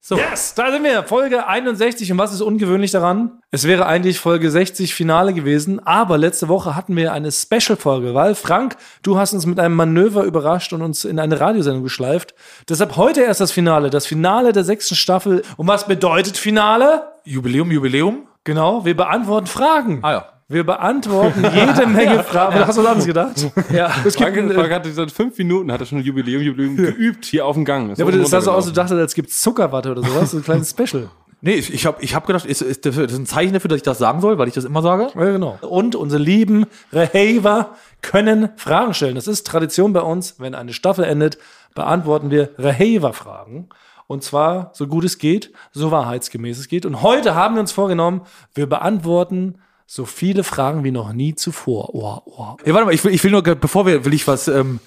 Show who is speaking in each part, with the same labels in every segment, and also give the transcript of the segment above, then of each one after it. Speaker 1: So. Yes, da sind wir. Folge 61. Und was ist ungewöhnlich daran? Es wäre eigentlich Folge 60 Finale gewesen, aber letzte Woche hatten wir eine Special-Folge, weil Frank, du hast uns mit einem Manöver überrascht und uns in eine Radiosendung geschleift. Deshalb heute erst das Finale, das Finale der sechsten Staffel. Und was bedeutet Finale?
Speaker 2: Jubiläum, Jubiläum.
Speaker 1: Genau, wir beantworten Fragen.
Speaker 2: Ah ja.
Speaker 1: Wir beantworten jede Menge Fragen. Hast du das anders gedacht?
Speaker 2: Ja. Es gibt Frank, Frank hatte seit fünf Minuten hat er schon Jubiläum, Jubiläum geübt hier auf dem Gang.
Speaker 1: Ja, aber das sah so aus, du dachtest, es gibt Zuckerwatte oder sowas, so ein kleines Special.
Speaker 2: Nee, ich, ich habe ich hab gedacht, ist, ist das ein Zeichen dafür, dass ich das sagen soll, weil ich das immer sage?
Speaker 1: Ja, genau. Und unsere lieben Rehaver können Fragen stellen. Das ist Tradition bei uns. Wenn eine Staffel endet, beantworten wir Rehaver-Fragen. Und zwar so gut es geht, so wahrheitsgemäß es geht. Und heute haben wir uns vorgenommen, wir beantworten so viele Fragen wie noch nie zuvor. Oh, oh.
Speaker 2: Ja, warte mal, ich will, ich will nur, bevor wir, will ich was, ähm,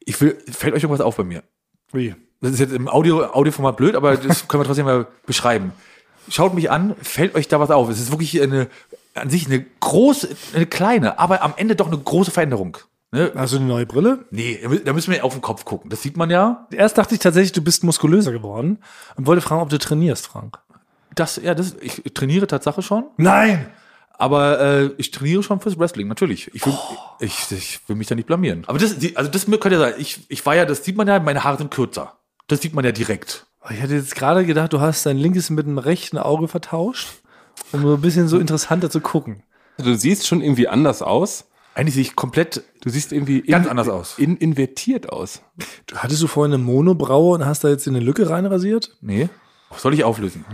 Speaker 2: ich will, fällt euch irgendwas auf bei mir?
Speaker 1: Wie?
Speaker 2: Das ist jetzt im Audio, Audioformat blöd, aber das können wir trotzdem mal beschreiben. Schaut mich an, fällt euch da was auf? Es ist wirklich eine, an sich eine große, eine kleine, aber am Ende doch eine große Veränderung. Ne?
Speaker 1: Also eine neue Brille?
Speaker 2: Nee, da müssen wir auf den Kopf gucken. Das sieht man ja.
Speaker 1: Erst dachte ich tatsächlich, du bist muskulöser geworden und wollte fragen, ob du trainierst, Frank.
Speaker 2: Das, ja, das, ich trainiere Tatsache schon.
Speaker 1: Nein!
Speaker 2: Aber äh, ich trainiere schon fürs Wrestling, natürlich. Ich will, oh. ich, ich will mich da nicht blamieren. Aber das, die, also das könnte ja sein. Ich, ich war ja, das sieht man ja, meine Haare sind kürzer. Das sieht man ja direkt.
Speaker 1: Ich hatte jetzt gerade gedacht, du hast dein linkes mit dem rechten Auge vertauscht, um so ein bisschen so interessanter zu gucken.
Speaker 3: Du siehst schon irgendwie anders aus.
Speaker 2: Eigentlich sehe ich komplett.
Speaker 3: Du siehst irgendwie
Speaker 2: ganz in, anders aus.
Speaker 3: In, invertiert aus.
Speaker 1: Du, hattest du vorhin eine Monobraue und hast da jetzt in eine Lücke reinrasiert?
Speaker 2: Nee. Soll ich auflösen?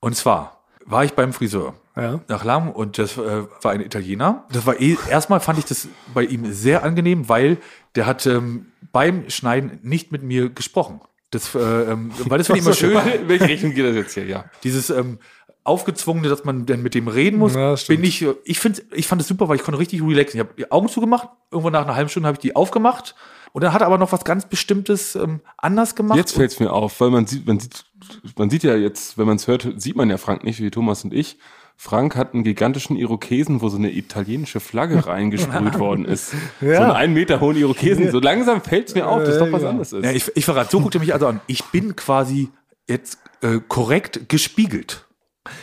Speaker 2: Und zwar war ich beim Friseur
Speaker 1: ja.
Speaker 2: nach Lamm und das äh, war ein Italiener. Das war eh, erstmal fand ich das bei ihm sehr angenehm, weil der hat ähm, beim Schneiden nicht mit mir gesprochen. Das, äh, ähm, weil das finde ich immer schön.
Speaker 3: In welche Richtung geht das jetzt hier? Ja.
Speaker 2: Dieses ähm, aufgezwungene, dass man dann mit dem reden muss,
Speaker 1: Ja, stimmt.
Speaker 2: bin ich, äh, ich finde, ich fand es super, weil ich konnte richtig relaxen. Ich habe die Augen zugemacht, irgendwann nach einer halben Stunde habe ich die aufgemacht und dann hat er aber noch was ganz Bestimmtes ähm, anders gemacht.
Speaker 3: Jetzt fällt es mir auf, weil man sieht, man sieht, man sieht ja jetzt, wenn man es hört, sieht man ja Frank nicht, wie Thomas und ich. Frank hat einen gigantischen Irokesen, wo so eine italienische Flagge reingesprüht worden ist.
Speaker 1: Ja.
Speaker 3: So einen einen Meter hohen Irokesen. So langsam fällt es mir auf, dass doch was
Speaker 1: Ja.
Speaker 3: anderes ist.
Speaker 2: ja, ich, ich verrate, so guckt er mich also an. Ich bin quasi jetzt äh, korrekt gespiegelt.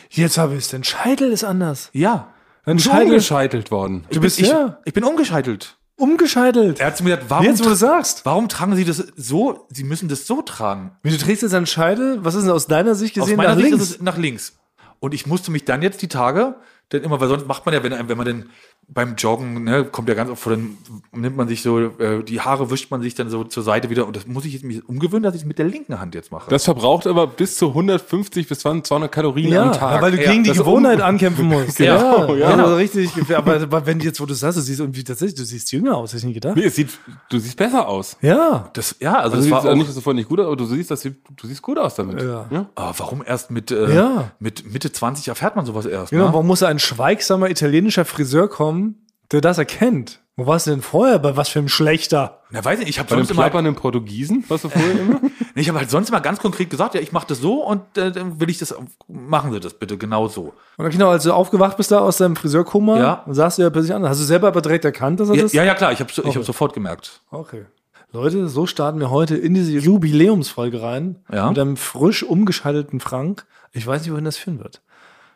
Speaker 1: Jetzt habe ich es. Dein Scheitel ist anders.
Speaker 2: Ja.
Speaker 1: Dein
Speaker 3: Ich bin
Speaker 1: Scheitel ist
Speaker 3: umgescheitelt worden.
Speaker 2: Du
Speaker 1: bist
Speaker 2: ich,
Speaker 1: ja.
Speaker 2: ich bin umgescheitelt.
Speaker 1: umgescheitelt.
Speaker 2: Er hat zu mir gesagt, warum,
Speaker 1: Jetzt, wo du sagst.
Speaker 2: warum tragen Sie das so? Sie müssen das so tragen.
Speaker 1: Wie du drehst jetzt deinen Scheitel? Was ist denn aus deiner Sicht gesehen? nach
Speaker 2: Sicht
Speaker 1: links?
Speaker 2: ist es nach links. Und ich musste mich dann jetzt die Tage, denn immer, weil sonst macht man ja, wenn, wenn man dann beim Joggen, ne, kommt ja ganz oft vor, dann nimmt man sich so, äh, die Haare wischt man sich dann so zur Seite wieder. Und das muss ich jetzt mich umgewöhnen, dass ich es mit der linken Hand jetzt mache.
Speaker 3: Das verbraucht aber bis zu 150 bis 200 Kalorien am Tag.
Speaker 1: weil du gegen die
Speaker 3: Das
Speaker 1: Gewohnheit ankämpfen musst.
Speaker 3: Genau,
Speaker 1: ja,
Speaker 3: ja.
Speaker 1: Das ist richtig gefährlich. Aber, aber wenn jetzt, wo du sagst, du siehst irgendwie tatsächlich, du siehst jünger aus, hätte ich nicht gedacht.
Speaker 3: Nee, es sieht, du siehst besser aus.
Speaker 1: Ja.
Speaker 2: Das- ja, also,
Speaker 3: Also
Speaker 2: das
Speaker 3: du
Speaker 2: war
Speaker 3: siehst
Speaker 2: auch,
Speaker 3: auch nicht sofort nicht gut aus, aber du siehst, das sieht, du siehst gut aus damit.
Speaker 1: Ja.
Speaker 2: ah, warum erst mit, äh,
Speaker 1: Ja.
Speaker 2: mit Mitte 20 erfährt man sowas erst?
Speaker 1: Genau,
Speaker 2: ne?
Speaker 1: warum muss ein schweigsamer italienischer Friseur kommen, der das erkennt? Wo warst du denn vorher? Bei was für einem Schlechter?
Speaker 2: Na, weiß nicht, ich habe
Speaker 3: Bei dem
Speaker 2: sonst immer
Speaker 3: plappernden Portugiesen, was du vorher immer.
Speaker 2: Nee, Ich habe halt sonst immer ganz konkret gesagt, ja, ich mache das so und äh, dann will ich das, machen Sie das bitte genau so.
Speaker 1: Und genau, als du aufgewacht bist da aus deinem Friseurkoma,
Speaker 2: Ja.
Speaker 1: dann sahst du ja plötzlich anders. Hast du selber aber direkt erkannt, dass er
Speaker 2: Ja,
Speaker 1: das? Oh.
Speaker 2: ja, ja, klar, ich habe ich hab sofort gemerkt.
Speaker 1: Okay. Leute, so starten wir heute in diese Jubiläumsfolge rein.
Speaker 2: Ja.
Speaker 1: Mit einem frisch umgeschalteten Frank. Ich weiß nicht, wohin das führen wird.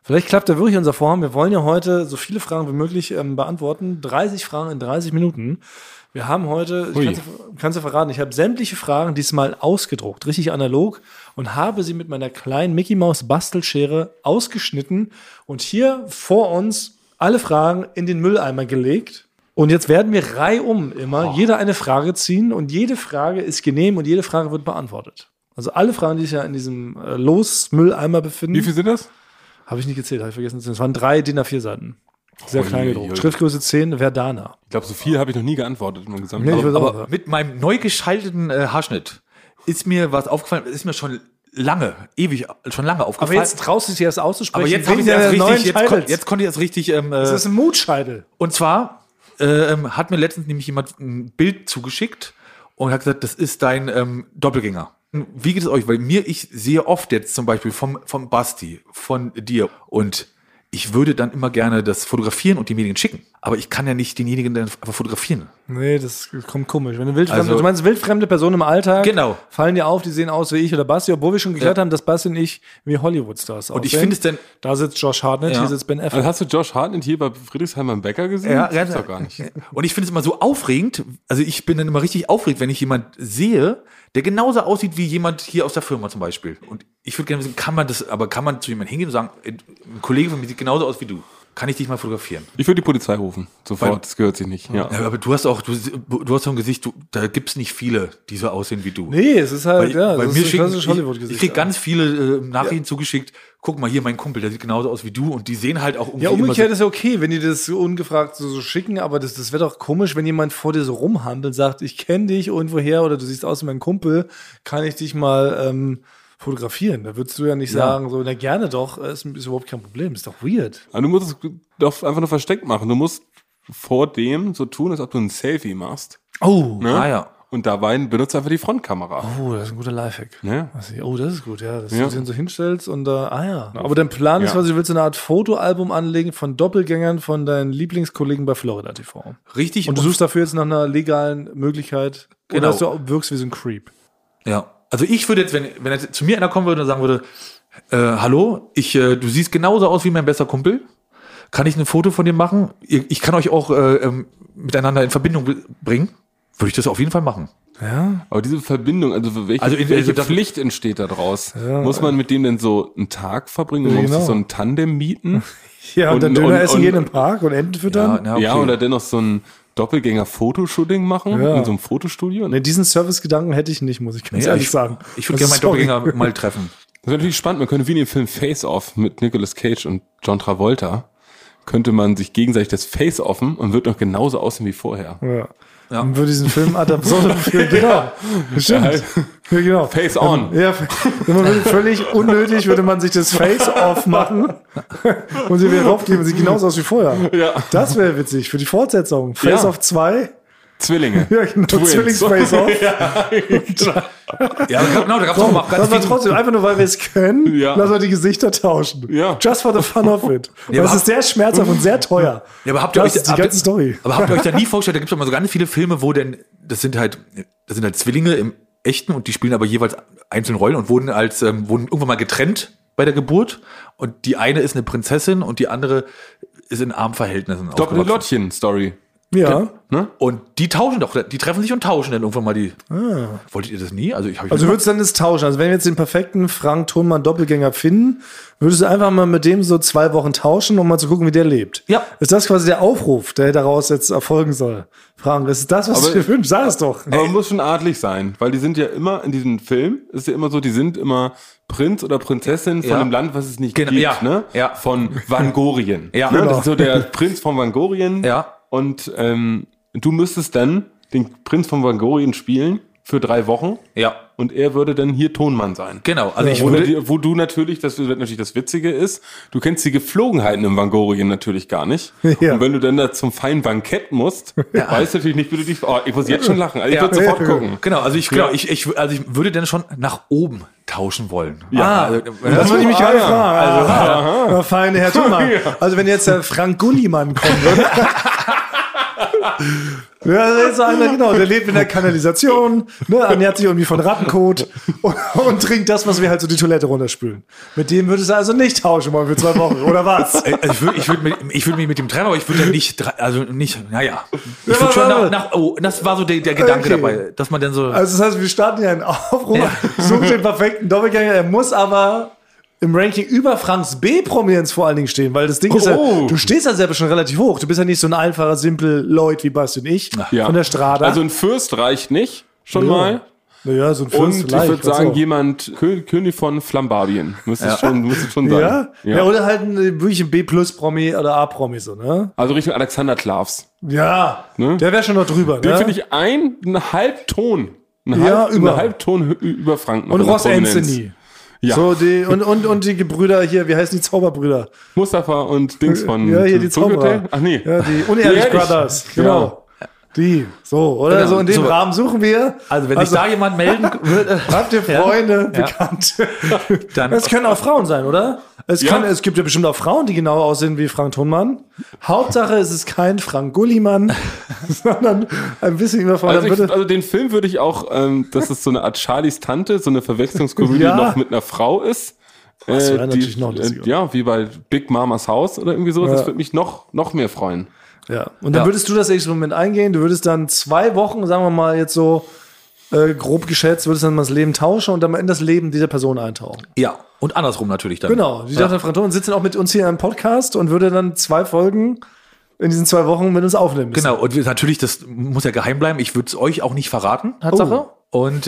Speaker 1: Vielleicht klappt da wirklich unser Vorhaben. Wir wollen ja heute so viele Fragen wie möglich ähm, beantworten. 30 Fragen in 30 Minuten. Wir haben heute, ich
Speaker 3: Hui.
Speaker 1: kann's dir- kannst du verraten, ich habe sämtliche Fragen diesmal ausgedruckt, richtig analog und habe sie mit meiner kleinen Mickey Maus Bastelschere ausgeschnitten und hier vor uns alle Fragen in den Mülleimer gelegt. Und jetzt werden wir reihum immer jeder eine Frage ziehen und jede Frage ist genehm und jede Frage wird beantwortet. Also alle Fragen, die sich ja in diesem äh, Los-Mülleimer befinden.
Speaker 3: Wie viel sind das?
Speaker 1: Habe ich nicht gezählt, habe ich vergessen zu zählen. Es waren drei DIN A4 Seiten. Sehr
Speaker 3: Ui,
Speaker 1: klein gedruckt.
Speaker 3: ui.
Speaker 1: Schriftgröße 10, Verdana.
Speaker 3: Ich glaube, so viel habe ich noch nie geantwortet in meinem gesamten
Speaker 1: Nee, ich
Speaker 3: Leben.
Speaker 1: würde auch-
Speaker 2: Aber mit meinem neu geschalteten äh, Haarschnitt ist mir was aufgefallen, ist mir schon lange, ewig, schon lange
Speaker 1: Aber
Speaker 2: aufgefallen.
Speaker 1: jetzt traust du dich erst auszusprechen.
Speaker 2: Aber jetzt habe ich
Speaker 1: wegen
Speaker 2: erst
Speaker 1: der neuen
Speaker 2: richtig, jetzt, kon,
Speaker 1: Scheitels.
Speaker 2: jetzt konnte ich das richtig, ähm,
Speaker 1: das
Speaker 2: äh,
Speaker 1: ist ein Mutscheitel.
Speaker 2: und zwar äh, ähm, hat mir letztens nämlich jemand ein Bild zugeschickt und hat gesagt, das ist dein ähm, Doppelgänger. Wie geht es euch? Weil mir, ich sehe oft jetzt zum Beispiel vom, vom Basti, von dir und ich würde dann immer gerne das fotografieren und die Medien schicken. Aber ich kann ja nicht denjenigen dann einfach fotografieren.
Speaker 1: Nee, das kommt komisch. Wenn du wildfremde,
Speaker 2: Also-
Speaker 1: du meinst wildfremde Personen im Alltag
Speaker 2: Genau.
Speaker 1: fallen dir auf, die sehen aus wie ich oder Basti, obwohl wir schon geklärt
Speaker 2: Ja.
Speaker 1: haben, dass Basti und ich wie Hollywood-Stars aussehen.
Speaker 2: Und ich finde es dann-
Speaker 1: Da sitzt Josh Hartnett,
Speaker 2: Ja.
Speaker 1: hier sitzt Ben
Speaker 3: Also
Speaker 1: Affleck.
Speaker 3: hast du Josh Hartnett hier bei Friedrichsheim am Bäcker gesehen?
Speaker 2: ja,
Speaker 3: Gibt's doch gar nicht.
Speaker 2: Äh, Und ich finde es immer so aufregend. Also ich bin dann immer richtig aufgeregt, wenn ich jemand sehe, der genauso aussieht wie jemand hier aus der Firma zum Beispiel. Und ich würde gerne wissen, kann man das, aber kann man zu jemandem hingehen und sagen, äh, ein Kollege von mir sieht genauso aus wie du. Kann ich dich mal fotografieren?
Speaker 3: Ich würde die Polizei rufen. Sofort.
Speaker 2: Weil-
Speaker 3: das gehört sich nicht. Ja.
Speaker 2: Ja, aber du hast auch, du, du hast so ein Gesicht, du, da gibt es nicht viele, die so aussehen wie du.
Speaker 1: Nee, es ist halt,
Speaker 2: Weil,
Speaker 1: ja,
Speaker 2: weil
Speaker 1: das
Speaker 2: mir
Speaker 1: ist ein
Speaker 2: schicken,
Speaker 1: klassisches
Speaker 2: ich, ich
Speaker 1: Hollywood-Gesicht.
Speaker 2: krieg ganz viele äh, Nachrichten zugeschickt. Guck mal hier, mein Kumpel, der sieht genauso aus wie du und die sehen halt auch irgendwie
Speaker 1: ja,
Speaker 2: immer
Speaker 1: umgekehrt
Speaker 2: so-
Speaker 1: ist ja okay, wenn die das so ungefragt so, so schicken, aber das, das wäre doch komisch, wenn jemand vor dir so rumhampelt, sagt, ich kenne dich irgendwoher oder du siehst aus wie mein Kumpel, kann ich dich mal ähm, fotografieren. Da würdest du ja nicht sagen, so, na gerne doch, äh, ist, ist überhaupt kein Problem, ist doch weird.
Speaker 3: Aber du musst es doch einfach nur versteckt machen. Du musst vor dem so tun, als ob du ein Selfie machst.
Speaker 1: Oh,
Speaker 3: Ne?
Speaker 2: Ah, ja.
Speaker 3: Und dabei benutzt einfach die Frontkamera.
Speaker 1: Oh, das ist ein guter Lifehack.
Speaker 3: Ja.
Speaker 1: Was ich- Oh, das ist gut, ja. Dass
Speaker 3: Ne? Ja.
Speaker 1: du den so hinstellst und da, ah ja. Aber dein Plan ist,
Speaker 3: Ja.
Speaker 1: was du willst, so eine Art Fotoalbum anlegen von Doppelgängern von deinen Lieblingskollegen bei Florida TV.
Speaker 2: richtig.
Speaker 1: Und du suchst dafür jetzt nach einer legalen Möglichkeit,
Speaker 2: Genau.
Speaker 1: oder dass du wirkst wie so ein Creep.
Speaker 2: Ja. Also ich würde jetzt, wenn, wenn jetzt zu mir einer kommen würde und sagen würde, äh, hallo, ich, äh, du siehst genauso aus wie mein bester Kumpel. Kann ich ein Foto von dir machen? Ich, ich kann euch auch äh, ähm, miteinander in Verbindung bl- bringen. Würde ich das auf jeden Fall machen.
Speaker 1: Ja.
Speaker 3: Aber diese Verbindung, also welche,
Speaker 2: Also in-
Speaker 3: welche
Speaker 2: also das-
Speaker 3: Pflicht entsteht da draus? Muss man mit dem denn so einen Tag verbringen?
Speaker 1: Ja,
Speaker 3: Muss
Speaker 1: genau.
Speaker 3: ich so ein Tandem mieten?
Speaker 1: Ja, und,
Speaker 3: Und-
Speaker 1: dann Döner
Speaker 3: und-
Speaker 1: essen
Speaker 3: und-
Speaker 1: gehen im Park und Enten füttern.
Speaker 2: Ja, ne. okay.
Speaker 3: Ja, oder dennoch so ein Doppelgänger-Fotoshooting machen
Speaker 1: Ja.
Speaker 3: in so einem Fotostudio?
Speaker 1: Nee, diesen Service-Gedanken hätte ich nicht, muss ich ganz
Speaker 2: Ja,
Speaker 1: ehrlich
Speaker 2: ich,
Speaker 1: sagen. Also
Speaker 2: Ich würde gerne meinen
Speaker 1: Sorry.
Speaker 2: Doppelgänger mal treffen.
Speaker 3: Das wäre natürlich spannend. Man könnte wie in dem Film Face Off mit Nicolas Cage und John Travolta könnte man sich gegenseitig das Face offen und wird noch genauso aussehen wie vorher.
Speaker 1: Ja. Und würde diesen Film ad absurdum führen. Genau. Stimmt. Ja, genau.
Speaker 3: Face on.
Speaker 1: Ja, wenn man will, völlig unnötig würde man sich das Face-Off machen und sie wäre aufgeben und sieht genauso aus wie vorher.
Speaker 3: Ja.
Speaker 1: Das wäre witzig für die Fortsetzung. Face-Off 2,
Speaker 3: Zwillinge.
Speaker 1: ja, genau,
Speaker 3: Twins.
Speaker 1: Zwillings-Face-Off.
Speaker 2: Ja, genau, da gab es auch mal ganz
Speaker 1: Das war
Speaker 2: viele.
Speaker 1: trotzdem einfach nur, weil wir es können,
Speaker 3: Ja.
Speaker 1: lass mal die Gesichter tauschen.
Speaker 3: Ja.
Speaker 1: Just for the fun of it.
Speaker 2: Ja,
Speaker 1: das
Speaker 2: aber
Speaker 1: ist sehr schmerzhaft und sehr teuer.
Speaker 2: Ja, aber habt ihr
Speaker 1: das
Speaker 2: euch
Speaker 1: ist die
Speaker 2: habt ihr-
Speaker 1: ganze Story.
Speaker 2: Aber habt ihr euch da nie vorgestellt, da gibt es immer so ganz viele Filme, wo denn, das sind halt, das sind halt Zwillinge im echten und die spielen aber jeweils einzelne Rollen und wurden als, ähm, wurden irgendwann mal getrennt bei der Geburt und die eine ist eine Prinzessin und die andere ist in armen Verhältnissen
Speaker 3: Doppelte
Speaker 2: aufgewachsen.
Speaker 3: Lottchen-Story.
Speaker 1: Ja.
Speaker 2: Und die tauschen doch, die treffen sich und tauschen dann irgendwann mal die. Wolltet ihr das nie? Also ich habe
Speaker 1: Ah. Also würdest du dann das tauschen? Also wenn wir jetzt den perfekten Frank Thunmann Doppelgänger finden, würdest du einfach mal mit dem so zwei Wochen tauschen, um mal zu gucken, wie der lebt.
Speaker 2: Ja.
Speaker 1: Ist das quasi der Aufruf, der daraus jetzt erfolgen soll? Frank, ist das, was
Speaker 3: Aber-
Speaker 1: du dir wünschst? Sag es doch.
Speaker 3: Aber man muss schon adlig sein, weil die sind ja immer in diesem Film, ist ja immer so, die sind immer Prinz oder Prinzessin von
Speaker 2: Ja.
Speaker 3: einem Land, was es nicht
Speaker 2: Genau,
Speaker 3: gibt,
Speaker 2: ja,
Speaker 3: ne?
Speaker 2: ja.
Speaker 3: Von Vangorien.
Speaker 2: Ja.
Speaker 3: ne?
Speaker 1: Genau.
Speaker 3: Das ist so der Prinz von Vangorien.
Speaker 2: Ja.
Speaker 3: Und ähm, du müsstest dann den Prinz von Vangorien spielen für drei Wochen
Speaker 2: ja,
Speaker 3: und er würde dann hier Tonmann sein.
Speaker 2: genau. Also ich
Speaker 3: Wo,
Speaker 2: würde,
Speaker 3: die, wo du natürlich, das wird natürlich das Witzige ist, du kennst die Gepflogenheiten im Vangorien natürlich gar nicht.
Speaker 1: Ja.
Speaker 3: Und wenn du dann da zum feinen Bankett musst, weißt du natürlich nicht, wie du dich. Oh, ich muss jetzt schon lachen. Also ich
Speaker 2: Ja.
Speaker 3: würde sofort gucken.
Speaker 2: genau, also ich, genau, ich, ich, also ich würde dann schon nach oben tauschen wollen.
Speaker 3: Ja.
Speaker 2: also,
Speaker 1: Das wollte ich mich
Speaker 3: Ah,
Speaker 1: gerade
Speaker 3: ja.
Speaker 1: fragen. Also, ja, feine Herr Thunmann. Also wenn jetzt der Frank Gullimann kommen würde. Ja, das ist so einer, genau, der lebt in der Kanalisation, ne, ernährt sich irgendwie von Rattenkot und, und trinkt das, was wir halt so die Toilette runterspülen. Mit dem würdest du also nicht tauschen wollen für zwei Wochen, oder was?
Speaker 2: Ey, Also ich würde ich würd mit- ich würd mich mit dem treffen, aber ich würde nicht, dra- also nicht, naja. Ich
Speaker 1: Ja,
Speaker 2: würde schon
Speaker 1: aber-
Speaker 2: nach, nach, oh, das war so der, der Gedanke
Speaker 1: Okay.
Speaker 2: dabei, dass man dann so,
Speaker 1: Also das heißt, wir starten hier einen Aufruf, sucht den perfekten Doppelgänger, er muss aber im Ranking über Franks B-Prominenz vor allen Dingen stehen, weil das Ding ist ja,
Speaker 3: Oh.
Speaker 1: du stehst ja selber schon relativ hoch. Du bist ja nicht so ein einfacher, simpel Leut wie Basti und ich
Speaker 3: Ja.
Speaker 1: von der Strada.
Speaker 3: Also ein Fürst reicht nicht, schon
Speaker 1: Ja.
Speaker 3: mal.
Speaker 1: naja, so ein
Speaker 3: Und
Speaker 1: Fürst
Speaker 3: ich
Speaker 1: vielleicht,
Speaker 3: würde
Speaker 1: was
Speaker 3: sagen,
Speaker 1: auch.
Speaker 3: jemand Kö- König von Flambabien. Müsste es schon, müsste es schon sein.
Speaker 1: ja? Ja. oder halt ein, äh, wirklich ein B-Plus-Promi oder A-Promi, so, ne?
Speaker 3: Also Richtung Alexander Klavs.
Speaker 1: Ja,
Speaker 3: Ne?
Speaker 1: der wäre schon noch drüber,
Speaker 3: Den
Speaker 1: ne?
Speaker 3: finde ich ein, einen Halbton. Einen
Speaker 1: Ja,
Speaker 3: Halb,
Speaker 1: über.
Speaker 3: einen Halbton hö- über Franken.
Speaker 1: und
Speaker 3: von der
Speaker 1: Ross
Speaker 3: Prominenz.
Speaker 1: Anthony.
Speaker 3: Ja.
Speaker 1: So, die, und, und, und die Gebrüder hier, wie heißen die Zauberbrüder?
Speaker 3: Mustafa und Dings von
Speaker 1: ja, hier die
Speaker 3: Tokyo Hotel?
Speaker 1: Zauberer.
Speaker 3: Ach nee. Also
Speaker 1: Ja, die Unehrlich
Speaker 3: Ehrlich.
Speaker 1: Brothers, genau. Die. So, oder?
Speaker 2: Genau.
Speaker 1: So in dem
Speaker 2: So.
Speaker 1: Rahmen suchen wir.
Speaker 2: Also, wenn sich da jemand melden würde,
Speaker 1: Habt ihr
Speaker 2: Ja.
Speaker 1: Freunde,
Speaker 2: Ja.
Speaker 1: Bekannte?
Speaker 2: Dann-
Speaker 1: Es können auch Frauen sein, oder? Es,
Speaker 3: Ja.
Speaker 1: kann, es gibt ja bestimmt auch Frauen, die genau aussehen wie Frank Thunmann. Hauptsache, es ist kein Frank Gullimann, sondern ein bisschen überfordert.
Speaker 3: Also, ich,
Speaker 1: bitte.
Speaker 3: also den Film würde ich auch, ähm, das ist so eine Art Charlies Tante, so eine Verwechslungskomödie
Speaker 1: Ja.
Speaker 3: noch mit einer Frau ist.
Speaker 1: das
Speaker 3: Äh,
Speaker 1: wäre
Speaker 3: die-
Speaker 1: natürlich noch lustiger.
Speaker 3: äh, Ja, wie bei Big Mamas Haus oder irgendwie so.
Speaker 1: Ja.
Speaker 3: Das würde mich noch, noch mehr freuen.
Speaker 1: Ja. Und dann
Speaker 2: Ja.
Speaker 1: würdest du das Experiment eingehen, du würdest dann zwei Wochen, sagen wir mal jetzt so äh, grob geschätzt, würdest dann mal das Leben tauschen und dann mal in das Leben dieser Person eintauchen.
Speaker 2: ja. Und andersrum natürlich dann.
Speaker 1: Genau. Die
Speaker 2: ja.
Speaker 1: Dr. Frank Thunmann sitzt dann auch mit uns hier im Podcast und würde dann zwei Folgen in diesen zwei Wochen mit uns aufnehmen. müssen.
Speaker 2: Genau, und wir, natürlich, das muss ja geheim bleiben. Ich würde es euch auch nicht verraten, Tatsache. Und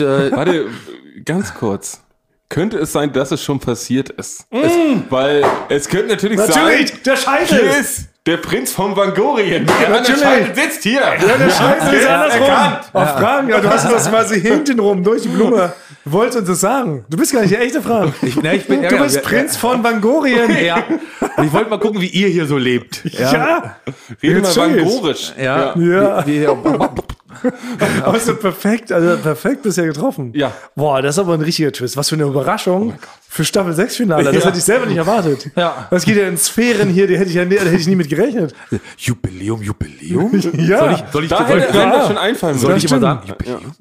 Speaker 2: äh,
Speaker 3: Warte, ganz kurz. Könnte es sein, dass es schon passiert ist? Es, weil es könnte natürlich,
Speaker 1: Mm. Natürlich,
Speaker 3: sein.
Speaker 1: der Scheitel!
Speaker 3: Hier ist der Prinz von Vangorien. Der
Speaker 1: Natürlich.
Speaker 3: an der Scheitel sitzt hier.
Speaker 1: Der Scheiße ist
Speaker 3: Ja,
Speaker 1: andersrum.
Speaker 3: erkannt.
Speaker 1: Auf Fragen, ja, du hast das quasi hintenrum durch die Blume. Du wolltest uns das sagen. Du bist gar nicht der echte Frank.
Speaker 2: ich, ne, ich bin
Speaker 1: Du
Speaker 2: ja,
Speaker 1: bist
Speaker 2: ja,
Speaker 1: Prinz von Bangorien.
Speaker 2: Ja. Und ich wollte mal gucken, wie ihr hier so lebt.
Speaker 1: Ja.
Speaker 3: Reden wir
Speaker 1: Jetzt
Speaker 3: Vangorisch.
Speaker 2: Ja.
Speaker 1: Ja.
Speaker 2: Wie, wie,
Speaker 1: Also perfekt, also perfekt bisher getroffen.
Speaker 3: Ja.
Speaker 1: Boah, das ist aber ein richtiger Twist. Was für eine Überraschung für Staffel 6 Finale. Das
Speaker 2: Oh Ja.
Speaker 1: hätte ich selber nicht erwartet.
Speaker 2: Ja.
Speaker 1: Das geht ja in Sphären hier, die hätte ich ja nie, da hätte ich nie mit gerechnet.
Speaker 2: Jubiläum, Jubiläum?
Speaker 1: Ja.
Speaker 2: Soll ich, soll ich,
Speaker 3: Da
Speaker 2: soll
Speaker 3: hätte
Speaker 2: ich,
Speaker 3: einem das schon einfallen
Speaker 2: soll
Speaker 3: müssen.
Speaker 2: ich immer sagen? Jubiläum?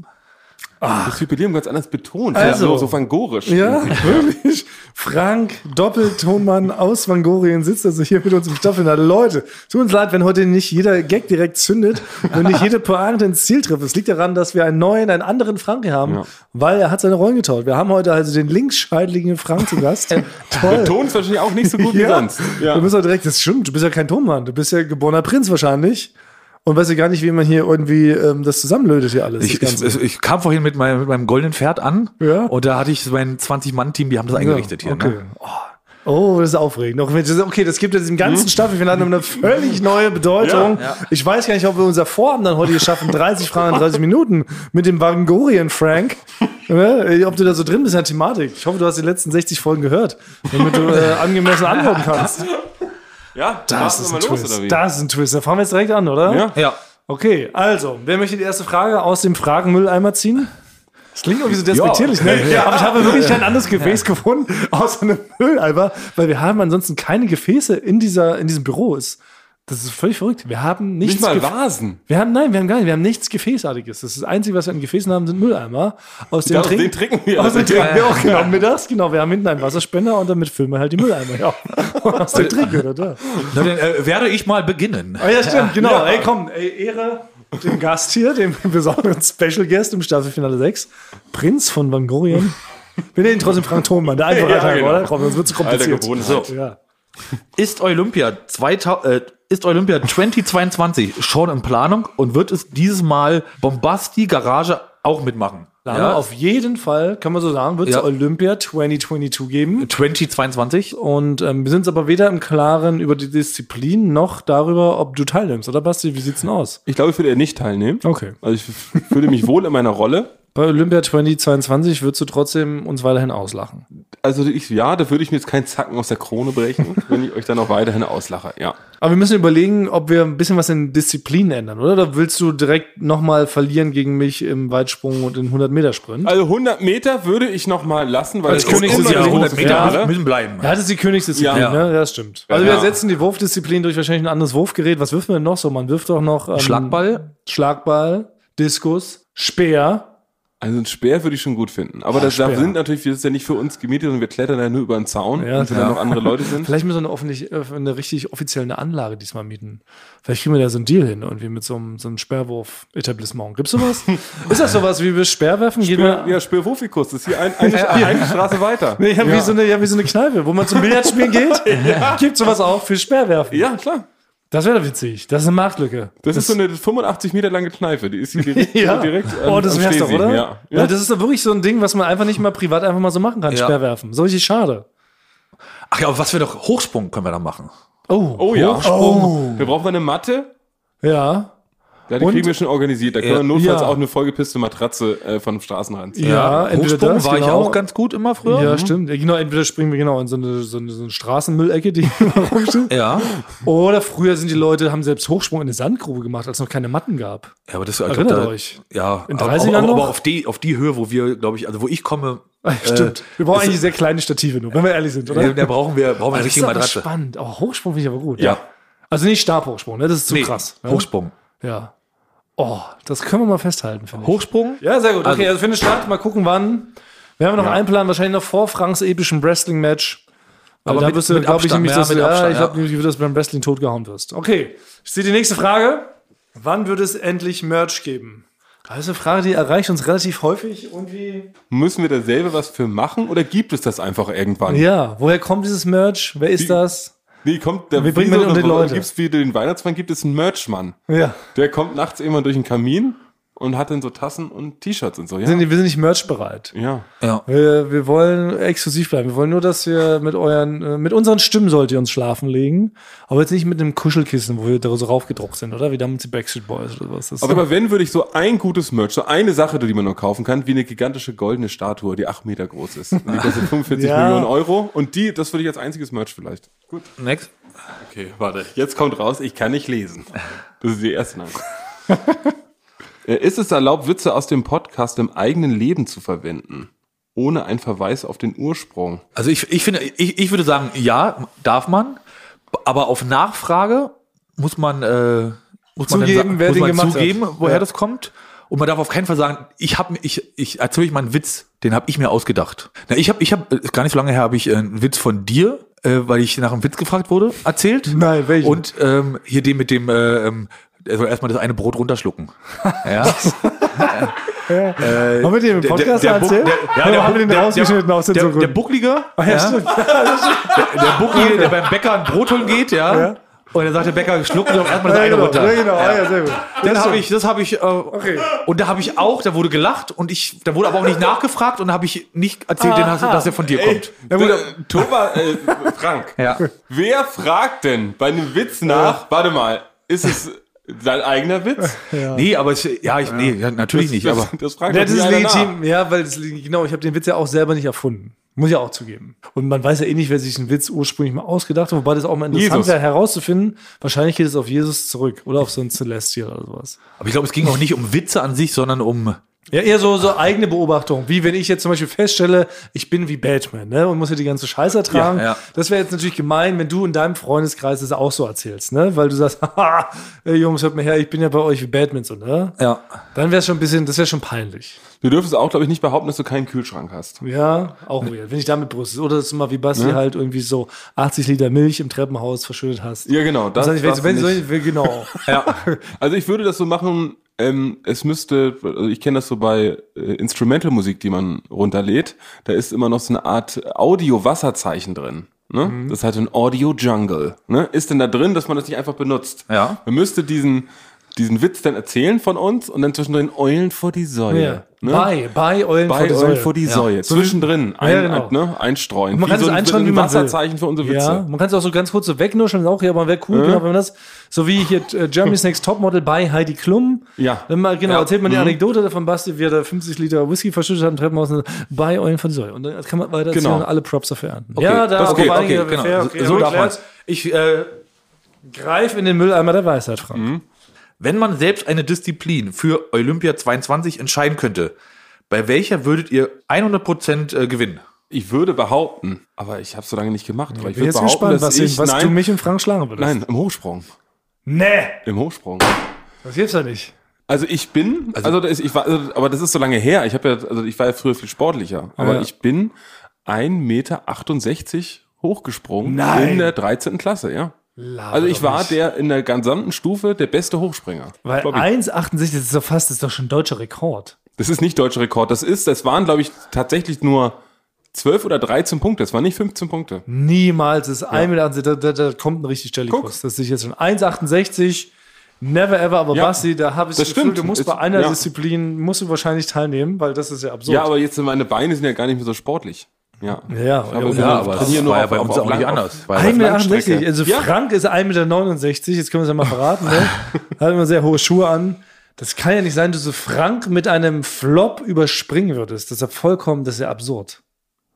Speaker 3: das Jubiläum ganz anders betont.
Speaker 1: Also.
Speaker 3: so, so vangorisch.
Speaker 1: Ja, wirklich. Frank Doppeltonmann aus Vangorien sitzt also hier mit uns im Staffelfinale. Leute, tut uns leid, wenn heute nicht jeder Gag direkt zündet und nicht jede Pointe ins Ziel trifft. Es liegt daran, dass wir einen neuen, einen anderen Frank hier haben,
Speaker 3: Ja.
Speaker 1: weil er hat seine Rollen getauscht. Wir haben heute also den linksscheideligen Frank zu Gast. Toll.
Speaker 3: Betont es wahrscheinlich auch nicht so gut wie
Speaker 1: Ja.
Speaker 3: sonst.
Speaker 1: Du bist ja direkt, das stimmt, du bist ja kein Tonmann, du bist ja geborener Prinz wahrscheinlich und weißt ja gar nicht, wie man hier irgendwie ähm, das zusammenlötet hier alles.
Speaker 2: Ich,
Speaker 1: das Ganze.
Speaker 2: ich, ich kam vorhin mit meinem, mit meinem goldenen Pferd an
Speaker 1: Ja.
Speaker 2: und da hatte ich mein 20-Mann-Team, die haben das eingerichtet hier.
Speaker 1: okay.
Speaker 2: Ne?
Speaker 1: Oh, das ist aufregend. Noch wenn- das- Okay, das gibt jetzt im ganzen Staffelfinale um eine völlig neue Bedeutung.
Speaker 3: Hm? Ja,
Speaker 1: Ich weiß gar nicht, ob wir unser Vorhaben dann heute hier schaffen, 30 Fragen in 30 Minuten mit dem Vangorien Frank. Ne? Ob du da so drin bist in der Thematik. Ich hoffe, du hast die letzten 60 Folgen gehört, damit du äh, angemessen antworten kannst.
Speaker 3: Ja,
Speaker 1: Das
Speaker 3: machen
Speaker 1: ist
Speaker 3: wir
Speaker 1: ein
Speaker 3: mal los,
Speaker 1: Twist.
Speaker 3: oder wie?
Speaker 1: Das ist ein Twist. Da fangen wir jetzt direkt an, oder?
Speaker 3: Ja.
Speaker 2: Ja.
Speaker 1: Okay, also, wer möchte die erste Frage aus dem Fragenmülleimer ziehen? Das klingt irgendwie so despektierlich, ne? Aber ich habe wirklich kein anderes Gefäß gefunden, außer einem Mülleimer, weil wir haben ansonsten keine Gefäße in, dieser, in diesem Büro. Ist, das ist völlig verrückt. Wir haben nichts.
Speaker 3: Nicht mal
Speaker 1: Gef-
Speaker 3: Vasen.
Speaker 1: wir haben, nein, wir haben gar nicht. Wir haben nichts Gefäßartiges. Das, ist das Einzige, was wir an Gefäßen haben, sind Mülleimer. Aus dem
Speaker 3: Ja,
Speaker 1: Trink-
Speaker 3: den trinken wir. Also
Speaker 1: Aus dem
Speaker 3: Ja,
Speaker 1: trinken wir auch genau mittags. Genau, wir haben hinten einen Wasserspender und damit füllen wir halt die Mülleimer. Ja. Und aus
Speaker 3: Äh,
Speaker 1: dem trinken wir da.
Speaker 2: Na, dann äh, werde ich mal beginnen.
Speaker 1: Ah ja, stimmt, genau. Ey, komm, ey, Ehre dem Gast hier, dem besonderen Special Guest im Staffelfinale 6, Prinz von Van Gogh. Wir nennen ihn trotzdem Frank Thoman, der Einfachheit
Speaker 3: Ja,
Speaker 1: halber,
Speaker 3: genau.
Speaker 1: oder? Komm, sonst wird's kompliziert.
Speaker 3: Gewohnheit.
Speaker 1: So. Ja.
Speaker 2: Ist Olympia, 2000, äh, ist Olympia 2022 schon in Planung und wird es dieses Mal Bombasti Garage auch mitmachen?
Speaker 1: Ja, auf jeden Fall, kann man so sagen, wird es
Speaker 2: Ja.
Speaker 1: Olympia 2022 geben.
Speaker 2: 2022?
Speaker 1: Und ähm, wir sind uns aber weder im Klaren über die Disziplin noch darüber, ob du teilnimmst, oder Basti? Wie sieht's denn aus?
Speaker 3: Ich glaube, ich würde eher nicht teilnehmen.
Speaker 1: Okay.
Speaker 3: Also ich fühle mich wohl in meiner Rolle.
Speaker 1: Bei Olympia 2022 würdest du trotzdem uns weiterhin auslachen.
Speaker 3: Also ich, ja, da würde ich mir jetzt keinen Zacken aus der Krone brechen, wenn ich euch dann auch weiterhin auslache. Ja.
Speaker 1: Aber wir müssen überlegen, ob wir ein bisschen was in Disziplin ändern, oder? Da willst du direkt nochmal verlieren gegen mich im Weitsprung und in 100-Meter-Sprint?
Speaker 3: Also 100 Meter würde ich noch mal lassen, weil
Speaker 2: Das
Speaker 3: es ist
Speaker 1: König ist
Speaker 2: Königsdisziplin,
Speaker 1: ja
Speaker 2: 100
Speaker 3: unheimlich großes
Speaker 2: Meter
Speaker 3: Finale.
Speaker 2: müssen bleiben.
Speaker 1: Ja, das ist die Königsdisziplin,
Speaker 3: Ja.
Speaker 1: ne? Ja, das stimmt. Also wir
Speaker 3: Ja.
Speaker 1: ersetzen die Wurfdisziplin durch wahrscheinlich ein anderes Wurfgerät. Was wirft man denn noch so? Man wirft doch noch ähm,
Speaker 2: Schlagball?
Speaker 1: Schlagball, Diskus, Speer.
Speaker 3: Also ein Speer würde ich schon gut finden. Aber das, da
Speaker 1: Speer.
Speaker 3: sind natürlich, das ist ja nicht für uns gemietet und wir klettern ja nur über einen Zaun,
Speaker 1: Ja,
Speaker 3: und wenn da
Speaker 1: ja.
Speaker 3: noch andere Leute sind.
Speaker 1: Vielleicht müssen wir eine, offentlich, äh, eine richtig offizielle Anlage diesmal mieten. Vielleicht kriegen wir da so einen Deal hin irgendwie mit so einem, so einem Sperrwurf-Etablissement. Gibt's sowas? ist das sowas, wie wir Speer werfen? Gehen wir-
Speaker 3: Ja, Speerwurfikus, das ist hier ein, eine, eine Straße weiter.
Speaker 1: Nee, ich habe wie, so eine- ich hab wie so eine Kneipe, wo man zum Billardspielen geht. Gibt sowas auch für Sperrwerfen.
Speaker 3: Ja, klar.
Speaker 1: Das wäre doch witzig. Das ist eine Marktlücke.
Speaker 3: Das, ist so eine 85 Meter lange Kneipe, die ist hier direkt, direkt am-
Speaker 1: oh, das
Speaker 3: am
Speaker 1: wär's doch,
Speaker 3: Schlesi.
Speaker 1: oder?
Speaker 3: Ja.
Speaker 1: Ja, Das ist doch wirklich so ein Ding, was man einfach nicht mal privat einfach mal so machen kann,
Speaker 2: Ja.
Speaker 1: Sperrwerfen. So richtig schade.
Speaker 2: Ach ja, aber was wir doch, Hochsprung können wir da machen.
Speaker 1: Oh.
Speaker 3: Oh ja.
Speaker 1: Hochsprung.
Speaker 3: Wir brauchen eine Matte.
Speaker 1: Ja.
Speaker 3: Ja, die
Speaker 1: Und-
Speaker 3: kriegen wir schon organisiert. Da können
Speaker 2: Ja.
Speaker 3: wir notfalls
Speaker 1: Ja.
Speaker 3: auch eine vollgepisste Matratze äh, von dem Straßenrand.
Speaker 1: Ja, entweder
Speaker 2: Hochsprung
Speaker 1: das,
Speaker 2: war ich
Speaker 1: genau.
Speaker 2: auch ganz gut immer früher.
Speaker 1: Ja, stimmt. Ja, Genau, entweder springen wir genau in so eine, so eine, so eine Straßenmüllecke, die rumsteht.
Speaker 2: Ja.
Speaker 1: Oder früher sind die Leute, haben selbst Hochsprung in eine Sandgrube gemacht, als es noch keine Matten gab.
Speaker 2: Ja, aber das
Speaker 1: Erinnert euch?
Speaker 2: Ja,
Speaker 1: In
Speaker 2: aber-
Speaker 1: 30ern
Speaker 2: aber, aber,
Speaker 1: noch?
Speaker 2: aber auf die auf die Höhe, wo wir, glaube ich, also wo ich komme,
Speaker 1: Stimmt. Wir brauchen eigentlich sehr kleine Stative nur, wenn wir ehrlich sind, oder?
Speaker 2: äh, da brauchen wir brauchen
Speaker 1: Also
Speaker 2: wir eine
Speaker 1: das ist
Speaker 2: richtige
Speaker 1: aber
Speaker 2: Matratze.
Speaker 1: spannend. Auch Hochsprung finde ich aber gut.
Speaker 2: Ja.
Speaker 1: Also nicht Stabhochsprung, ne? Das ist zu
Speaker 2: Nee,
Speaker 1: krass. Ne?
Speaker 2: Hochsprung.
Speaker 1: Ja. Oh, das können wir mal festhalten, finde ich.
Speaker 2: Hochsprung?
Speaker 1: Ja, sehr gut. Okay, also, findet statt. Mal gucken, wann. Werden wir noch einplanen, wahrscheinlich noch vor Franks epischem Wrestling-Match. Weil
Speaker 2: Aber
Speaker 1: da
Speaker 2: mit-
Speaker 1: bist du,
Speaker 2: mit
Speaker 1: glaube ich,
Speaker 2: Abstand,
Speaker 1: nämlich,
Speaker 2: ja,
Speaker 1: dass,
Speaker 2: mit
Speaker 1: du- ja,
Speaker 2: Abstand,
Speaker 1: ich
Speaker 2: ja.
Speaker 1: glaube nämlich, dass du beim Wrestling totgehauen wirst. Okay, ich sehe die nächste Frage. Wann wird es endlich Merch geben? Das ist eine Frage, die erreicht uns relativ häufig. Und wie?
Speaker 3: Müssen wir da selber was für machen oder gibt es das einfach irgendwann?
Speaker 1: Ja, woher kommt dieses Merch? Wer ist
Speaker 3: Die-
Speaker 1: das?
Speaker 3: Nee, kommt, da
Speaker 1: Wir bringen mit unter die Leute.
Speaker 3: Gibt's wie den Weihnachtsmann gibt es einen Merchmann.
Speaker 1: Ja.
Speaker 3: Der kommt nachts immer durch den Kamin und hat dann so Tassen und T-Shirts und so.
Speaker 1: Wir
Speaker 3: Ja.
Speaker 1: sind, wir sind nicht merchbereit.
Speaker 3: ja.
Speaker 2: Ja.
Speaker 1: Wir, wir wollen exklusiv bleiben. Wir wollen nur, dass wir mit euren, äh, mit unseren Stimmen sollt ihr uns schlafen legen. Aber jetzt nicht mit einem Kuschelkissen, wo wir da so raufgedruckt sind, oder? Wie damals die Backstreet Boys oder was. Das
Speaker 3: Aber, aber wenn, würde ich so ein gutes Merch, so eine Sache, die man noch kaufen kann, wie eine gigantische goldene Statue, die acht Meter groß ist. Die kostet 45
Speaker 1: Ja.
Speaker 3: Millionen Euro. Und die, das würde ich als einziges Merch vielleicht. Gut.
Speaker 2: Next.
Speaker 3: Okay, warte. Jetzt kommt raus, ich kann nicht lesen. Das ist die erste Nachricht. Äh, ist es erlaubt, Witze aus dem Podcast im eigenen Leben zu verwenden? Ohne einen Verweis auf den Ursprung.
Speaker 2: Also ich, ich finde, ich, ich würde sagen, ja, darf man, aber auf Nachfrage muss man, äh, muss man
Speaker 1: Zugeben,
Speaker 2: sa-
Speaker 1: wer
Speaker 2: muss
Speaker 1: den
Speaker 2: man
Speaker 1: gemacht hat.
Speaker 2: zugeben, woher
Speaker 1: Ja.
Speaker 2: das kommt. Und man darf auf keinen Fall sagen, ich habe ich, ich erzähle euch mal einen Witz, den habe ich mir ausgedacht. Na, ich habe, ich habe äh, gar nicht so lange her habe ich äh, einen Witz von dir, äh, weil ich nach einem Witz gefragt wurde, erzählt.
Speaker 1: Nein, welchen?
Speaker 2: Und ähm, hier den mit dem, äh, ähm, er soll erstmal das eine Brot runterschlucken. Ja.
Speaker 1: haben wir den im Podcast
Speaker 2: der, der,
Speaker 1: erzählt?
Speaker 2: Buck- der, ja, der,
Speaker 1: haben wir den
Speaker 2: der,
Speaker 1: rausgeschnitten
Speaker 2: der,
Speaker 1: aus den
Speaker 2: der,
Speaker 1: Suchen?
Speaker 2: der Bucklige, ja,
Speaker 1: genau.
Speaker 2: der Bucklige, der beim Bäcker ein Brot holen geht, ja.
Speaker 1: Ja.
Speaker 2: Und dann sagt der Bäcker, schluck doch erstmal das
Speaker 1: ja,
Speaker 2: eine
Speaker 1: genau,
Speaker 2: runter.
Speaker 1: ja, genau. Ah, ja, sehr gut.
Speaker 2: Das habe ich, das habe ich, äh,
Speaker 1: Okay.
Speaker 2: und da habe ich auch, da wurde gelacht und ich, da wurde aber auch nicht nachgefragt und da habe ich nicht erzählt, den hast, dass er von dir kommt.
Speaker 3: Ja, gut, äh, Thomas, äh, Frank,
Speaker 2: Ja.
Speaker 3: wer fragt denn bei einem Witz nach, warte mal, ist es dein eigener Witz?
Speaker 2: Nee, aber es, ja, ich, nee, ja, natürlich nicht,
Speaker 3: das,
Speaker 2: aber
Speaker 3: das fragt
Speaker 1: Ja,
Speaker 3: doch
Speaker 1: das
Speaker 3: nie
Speaker 1: ist
Speaker 3: einer nach.
Speaker 1: legitim. Ja, weil das, genau, ich habe den Witz ja auch selber nicht erfunden. Muss ja auch zugeben. Und man weiß ja eh nicht, wer sich einen Witz ursprünglich mal ausgedacht hat, wobei das auch mal interessant
Speaker 3: Jesus.
Speaker 1: wäre herauszufinden. Wahrscheinlich geht es auf Jesus zurück oder auf so einen Celestial oder sowas.
Speaker 2: aber ich glaube, es ging auch nicht um Witze an sich, sondern um,
Speaker 1: Ja, eher so, so eigene Beobachtung. Wie wenn ich jetzt zum Beispiel feststelle, ich bin wie Batman, ne? Und muss ja die ganze Scheiße ertragen.
Speaker 2: Ja, ja.
Speaker 1: Das wäre jetzt natürlich gemein, wenn du in deinem Freundeskreis das auch so erzählst, ne? Weil du sagst, haha, ey, Jungs, hört mir her, ich bin ja bei euch wie Batman so, ne?
Speaker 2: ja,
Speaker 1: Dann wäre es schon ein bisschen, das wäre schon peinlich.
Speaker 3: Du dürftest auch, glaube ich, nicht behaupten, dass du keinen Kühlschrank hast.
Speaker 1: Ja, auch
Speaker 3: Ne?
Speaker 1: weird. Wenn ich damit brüste. Oder dass du mal wie Basti halt irgendwie so 80 Liter Milch im Treppenhaus verschüttet hast.
Speaker 3: Ja, genau.
Speaker 1: Das, heißt,
Speaker 3: darfst
Speaker 1: wenn,
Speaker 3: du
Speaker 1: wenn,
Speaker 3: nicht.
Speaker 1: so- wenn, genau.
Speaker 3: Also ich würde das so machen, ähm, es müsste, also ich kenne das so bei äh, Instrumental-Musik, die man runterlädt, da ist immer noch so eine Art Audio-Wasserzeichen drin. Ne?
Speaker 1: Mhm.
Speaker 3: Das ist halt ein Audio-Jungle. Ne? Ist denn da drin, dass man das nicht einfach benutzt?
Speaker 2: Ja.
Speaker 3: Man müsste diesen, diesen Witz dann erzählen von uns und dann zwischendrin Eulen vor die Säule.
Speaker 1: ja.
Speaker 3: Ne?
Speaker 1: Bei, bei Eulen vor
Speaker 3: Bei
Speaker 1: die
Speaker 3: Eulen
Speaker 1: Säule.
Speaker 3: vor die Säule. Zwischendrin ein,
Speaker 1: Ja, genau.
Speaker 3: ne? einstreuen.
Speaker 1: Man kann es
Speaker 3: ein-
Speaker 1: einschreiben,
Speaker 3: ein
Speaker 1: wie man will.
Speaker 3: Wasserzeichen für unsere Witze. Äh.
Speaker 1: Ja, man kann es auch so ganz kurz so wegnuscheln, ist auch hier, aber wäre cool, genau, wenn man das, so wie hier äh, Germany's Next Topmodel bei Heidi Klum.
Speaker 3: Ja. Mhm.
Speaker 1: Wenn man, genau,
Speaker 2: Ja.
Speaker 1: erzählt man die Anekdote davon, Basti, wie er da 50 Liter Whisky verschüttet hat im Treppenhaus und bei Eulen von Säule. Und dann kann man weiter
Speaker 3: Genau.
Speaker 1: erzählen und alle Props dafür ernten. ja,
Speaker 2: das
Speaker 1: okay,
Speaker 2: geht,
Speaker 1: okay,
Speaker 2: okay, genau.
Speaker 1: fair,
Speaker 2: So-
Speaker 1: okay,
Speaker 2: so
Speaker 1: so
Speaker 2: darf
Speaker 1: darf Ich äh, greif in den Mülleimer der Weisheit, Frank.
Speaker 3: Mhm.
Speaker 2: Wenn man selbst eine Disziplin für Olympia 22 entscheiden könnte, bei welcher würdet ihr 100% äh, gewinnen?
Speaker 3: Ich würde behaupten, aber ich habe so lange nicht gemacht, aber ich
Speaker 1: Bin
Speaker 3: würde
Speaker 1: jetzt
Speaker 3: behaupten,
Speaker 1: gespannt,
Speaker 3: dass
Speaker 1: was,
Speaker 3: ich,
Speaker 1: was
Speaker 3: nein,
Speaker 1: du mich und Frank schlagen würdest.
Speaker 3: Nein, im Hochsprung.
Speaker 1: Nee,
Speaker 3: Im Hochsprung.
Speaker 1: das gibt's ja nicht.
Speaker 3: Also ich bin, also, da ist- ich war, also, aber das ist so lange her. Ich habe ja, also ich war ja früher viel sportlicher, aber
Speaker 1: Ja.
Speaker 3: ich bin 1,68 Meter hochgesprungen
Speaker 1: Nein.
Speaker 3: in der 13. Klasse, ja.
Speaker 1: Laber
Speaker 3: Also ich
Speaker 1: doch
Speaker 3: war
Speaker 1: nicht.
Speaker 3: der in der gesamten Stufe der beste Hochspringer.
Speaker 1: Weil
Speaker 3: glaub ich.
Speaker 1: 1,68 das ist doch fast, das ist doch schon ein deutscher Rekord.
Speaker 3: Das ist nicht deutscher Rekord. Das ist, das waren, glaube ich, tatsächlich nur 12 oder 13 Punkte. Das waren nicht 15 Punkte.
Speaker 1: Niemals ist 1,80 Meter, da, da, da kommt ein richtig Stellikus. Das ist jetzt schon 1,68, never ever, aber
Speaker 3: Ja,
Speaker 1: Basti, da habe ich
Speaker 3: das stimmt.
Speaker 1: du musst
Speaker 3: Ist-
Speaker 1: bei einer
Speaker 3: ja.
Speaker 1: Disziplin, musst du wahrscheinlich teilnehmen, weil das ist ja absurd.
Speaker 3: Ja, aber jetzt meine Beine sind ja gar nicht mehr so sportlich. Ja.
Speaker 1: Ja,
Speaker 3: Ich habe
Speaker 1: ja,
Speaker 3: so
Speaker 1: ja,
Speaker 2: aber
Speaker 3: trainiere
Speaker 2: das
Speaker 3: nur
Speaker 2: war ja
Speaker 3: auf-
Speaker 2: bei
Speaker 3: auf-
Speaker 2: uns
Speaker 3: auf
Speaker 2: auch nicht
Speaker 3: Lang-
Speaker 2: anders. War ja auf Langstrecke.
Speaker 1: 1,68. Also Frank ist 1,69 Meter, jetzt können wir es ja mal verraten. Ne? Hat immer sehr hohe Schuhe an. Das kann ja nicht sein, dass du Frank mit einem Flop überspringen würdest. Das ist ja vollkommen, das ist ja absurd.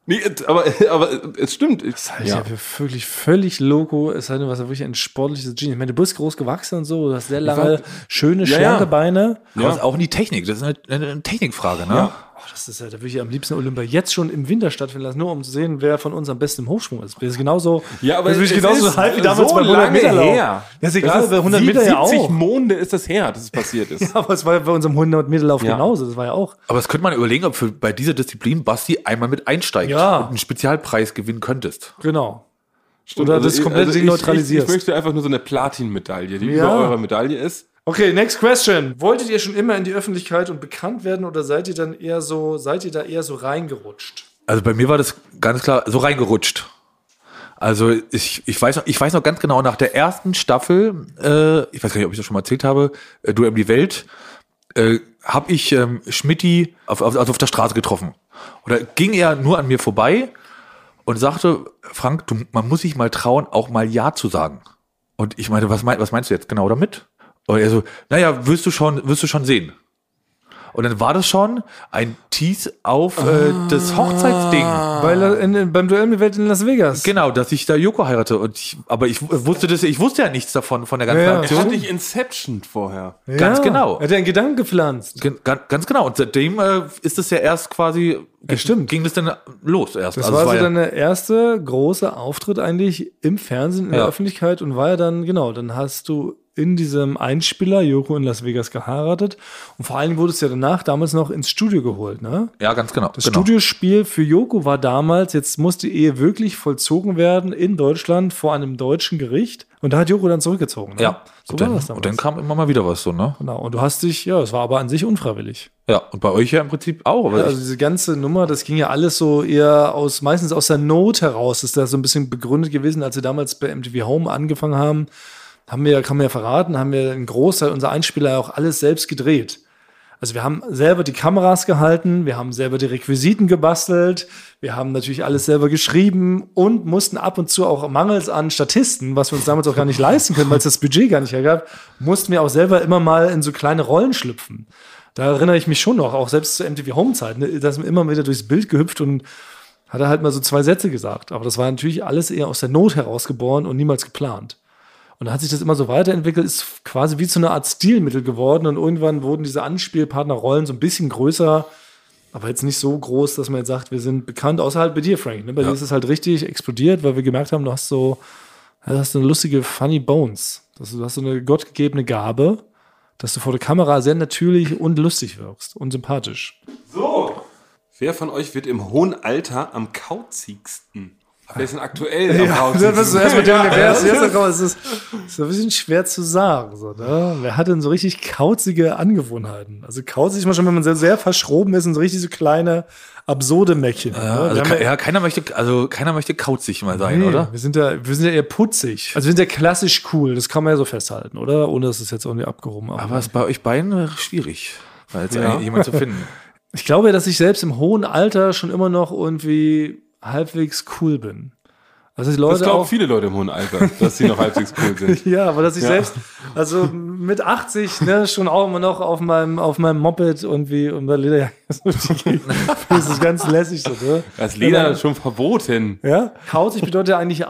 Speaker 3: Nee, aber, aber es stimmt.
Speaker 1: Alter, ich bin wirklich völlig loco. Es sei denn, was er wirklich ein sportliches Genie. Ich meine, du bist groß gewachsen und so, du hast sehr lange,
Speaker 3: war-
Speaker 1: schöne,
Speaker 3: ja.
Speaker 1: schlanke Beine.
Speaker 2: Aber das ist auch nie Technik. Das ist eine, eine, eine Technikfrage, ne?
Speaker 1: Oh, das ist ja, da würde ich am liebsten Olympia jetzt schon im Winter stattfinden lassen, nur um zu sehen, wer von uns am besten im Hochsprung ist. Das ist genauso,
Speaker 3: Ja, aber
Speaker 1: das ist
Speaker 3: es
Speaker 1: genauso
Speaker 3: ist
Speaker 1: halb wie damals
Speaker 3: so
Speaker 1: beim 100
Speaker 3: lange
Speaker 1: Meter Lauf.
Speaker 3: her.
Speaker 1: Das ist egal, bei 100 Meter ja
Speaker 3: 70
Speaker 1: auch.
Speaker 3: Monde ist das her, dass es passiert ist.
Speaker 1: Aber es war ja bei unserem 100 Meter Lauf
Speaker 3: Ja.
Speaker 1: genauso. Das war ja auch.
Speaker 2: Aber das könnte man überlegen, ob für bei dieser Disziplin Basti einmal mit einsteigt
Speaker 1: Ja.
Speaker 2: und einen Spezialpreis gewinnen könntest.
Speaker 1: Genau.
Speaker 3: Stimmt, Also
Speaker 1: Oder das komplette Ding
Speaker 3: Ich,
Speaker 1: neutralisierst.
Speaker 3: ich, ich möchte einfach nur so eine Platin-Medaille, die
Speaker 1: Ja.
Speaker 3: über eurer Medaille ist.
Speaker 1: Okay, next question. Wolltet ihr schon immer in die Öffentlichkeit und bekannt werden oder seid ihr dann eher so, seid ihr da eher so reingerutscht?
Speaker 2: Also bei mir war das ganz klar so reingerutscht. Also ich, ich, weiß noch, ich weiß noch ganz genau, nach der ersten Staffel, äh, ich weiß gar nicht, ob ich das schon mal erzählt habe, äh, Du um die Welt, äh, habe ich ähm, Schmidti auf, auf, also auf der Straße getroffen. Oder ging er nur an mir vorbei und sagte, Frank, du, man muss sich mal trauen, auch mal Ja zu sagen. Und ich meinte, was, mein, was meinst du jetzt genau damit? Und er so, naja, wirst du schon, wirst du schon sehen. Und dann war das schon ein Tease auf äh, das Hochzeitsding.
Speaker 1: Bei La, in, in, beim Duell mit Welt in Las Vegas.
Speaker 2: Genau, dass ich da Joko heirate. Und ich, aber ich w- wusste das, ich wusste ja nichts davon, von der ganzen
Speaker 1: Ja, ja.
Speaker 2: Aktion.
Speaker 3: Hatte ich Inception vorher.
Speaker 2: ganz genau.
Speaker 1: Hat er einen Gedanken gepflanzt.
Speaker 2: Gen- gan- Ganz genau. Und seitdem äh, ist es ja erst quasi, ja,
Speaker 1: stimmt.
Speaker 2: ging das dann los erst.
Speaker 1: Das
Speaker 2: Also
Speaker 1: war
Speaker 2: es
Speaker 1: so
Speaker 2: ja-
Speaker 1: deine erste große Auftritt eigentlich im Fernsehen, in der
Speaker 2: Ja.
Speaker 1: Öffentlichkeit und war ja dann, genau, dann hast du in diesem Einspieler Joko in Las Vegas geheiratet und vor allem wurdest du ja danach damals noch ins Studio geholt, ne?
Speaker 2: ja, ganz genau.
Speaker 1: Das
Speaker 2: genau.
Speaker 1: Studiospiel für Joko war damals, jetzt muss die Ehe wirklich vollzogen werden in Deutschland vor einem deutschen Gericht. Und da hat Joko dann zurückgezogen. Ne?
Speaker 2: Ja.
Speaker 1: so
Speaker 2: und,
Speaker 1: war
Speaker 2: dann,
Speaker 1: das damals.
Speaker 2: und dann kam immer mal wieder was so, ne?
Speaker 1: genau. Und du hast dich, ja, es war aber an sich unfreiwillig.
Speaker 2: Ja, und bei euch ja im Prinzip auch. Aber
Speaker 1: Also
Speaker 2: ich,
Speaker 1: diese ganze Nummer, das ging ja alles so eher aus, meistens aus der Not heraus, ist das so ein bisschen begründet gewesen, als wir damals bei MTV Home angefangen haben, haben wir, kann man ja verraten, haben wir einen Großteil unserer Einspieler ja auch alles selbst gedreht. Also wir haben selber die Kameras gehalten, wir haben selber die Requisiten gebastelt, wir haben natürlich alles selber geschrieben und mussten ab und zu auch mangels an Statisten, was wir uns damals auch gar nicht leisten können, weil es das Budget gar nicht hergab, mussten wir auch selber immer mal in so kleine Rollen schlüpfen. Da erinnere ich mich schon noch, auch selbst zur MTV Home-Zeit, ne, dass man immer wieder durchs Bild gehüpft und hat er halt mal so zwei Sätze gesagt. Aber das war natürlich alles eher aus der Not herausgeboren und niemals geplant. Und dann hat sich das immer so weiterentwickelt, ist quasi wie zu einer Art Stilmittel geworden und irgendwann wurden diese Anspielpartnerrollen so ein bisschen größer, aber jetzt nicht so groß, dass man jetzt sagt, wir sind bekannt, außer halt bei dir, Frank. Ne? Bei dir ist es halt richtig explodiert, weil wir gemerkt haben, du hast so, ja, du hast so eine lustige Funny Bones. Das, du hast so eine gottgegebene Gabe, dass du vor der Kamera sehr natürlich und lustig wirkst und sympathisch.
Speaker 3: So. Wer von euch wird im hohen Alter am kauzigsten? Wer ist denn aktuell am
Speaker 1: der, wer ist jetzt gekommen? Es ist, ist ein bisschen schwer zu sagen. So, ne? Wer hat denn so richtig kauzige Angewohnheiten? Also kauzig ist man schon, wenn man sehr, sehr verschroben ist und so richtig so kleine, absurde Mäckchen. ne?
Speaker 2: ja, also
Speaker 1: Wir haben
Speaker 2: ke ja, keiner möchte, also keiner möchte kauzig mal sein,
Speaker 1: Nee,
Speaker 2: oder?
Speaker 1: Wir sind, ja, wir sind ja eher putzig. Also wir sind ja klassisch cool, das kann man ja so festhalten, oder? Ohne dass es jetzt irgendwie abgehoben aber-
Speaker 2: Aber es ist bei euch beiden äh, schwierig, weil jetzt
Speaker 3: Ja.
Speaker 2: eigentlich jemand zu finden.
Speaker 1: Ich glaube ja, dass ich selbst im hohen Alter schon immer noch irgendwie halbwegs cool bin. Also die Leute
Speaker 3: Das glauben
Speaker 1: auch,
Speaker 3: viele Leute im hohen Alter, dass sie noch halbwegs cool sind.
Speaker 1: Ja, aber dass ich selbst, also mit 80, ne, schon auch immer noch auf meinem, auf meinem Moped irgendwie und der Lederjacke so durch die Gegend. Das ist ganz lässig so, ne?
Speaker 3: Das Leder ist schon verboten.
Speaker 1: Ja? Kauzig bedeutet ja eigentlich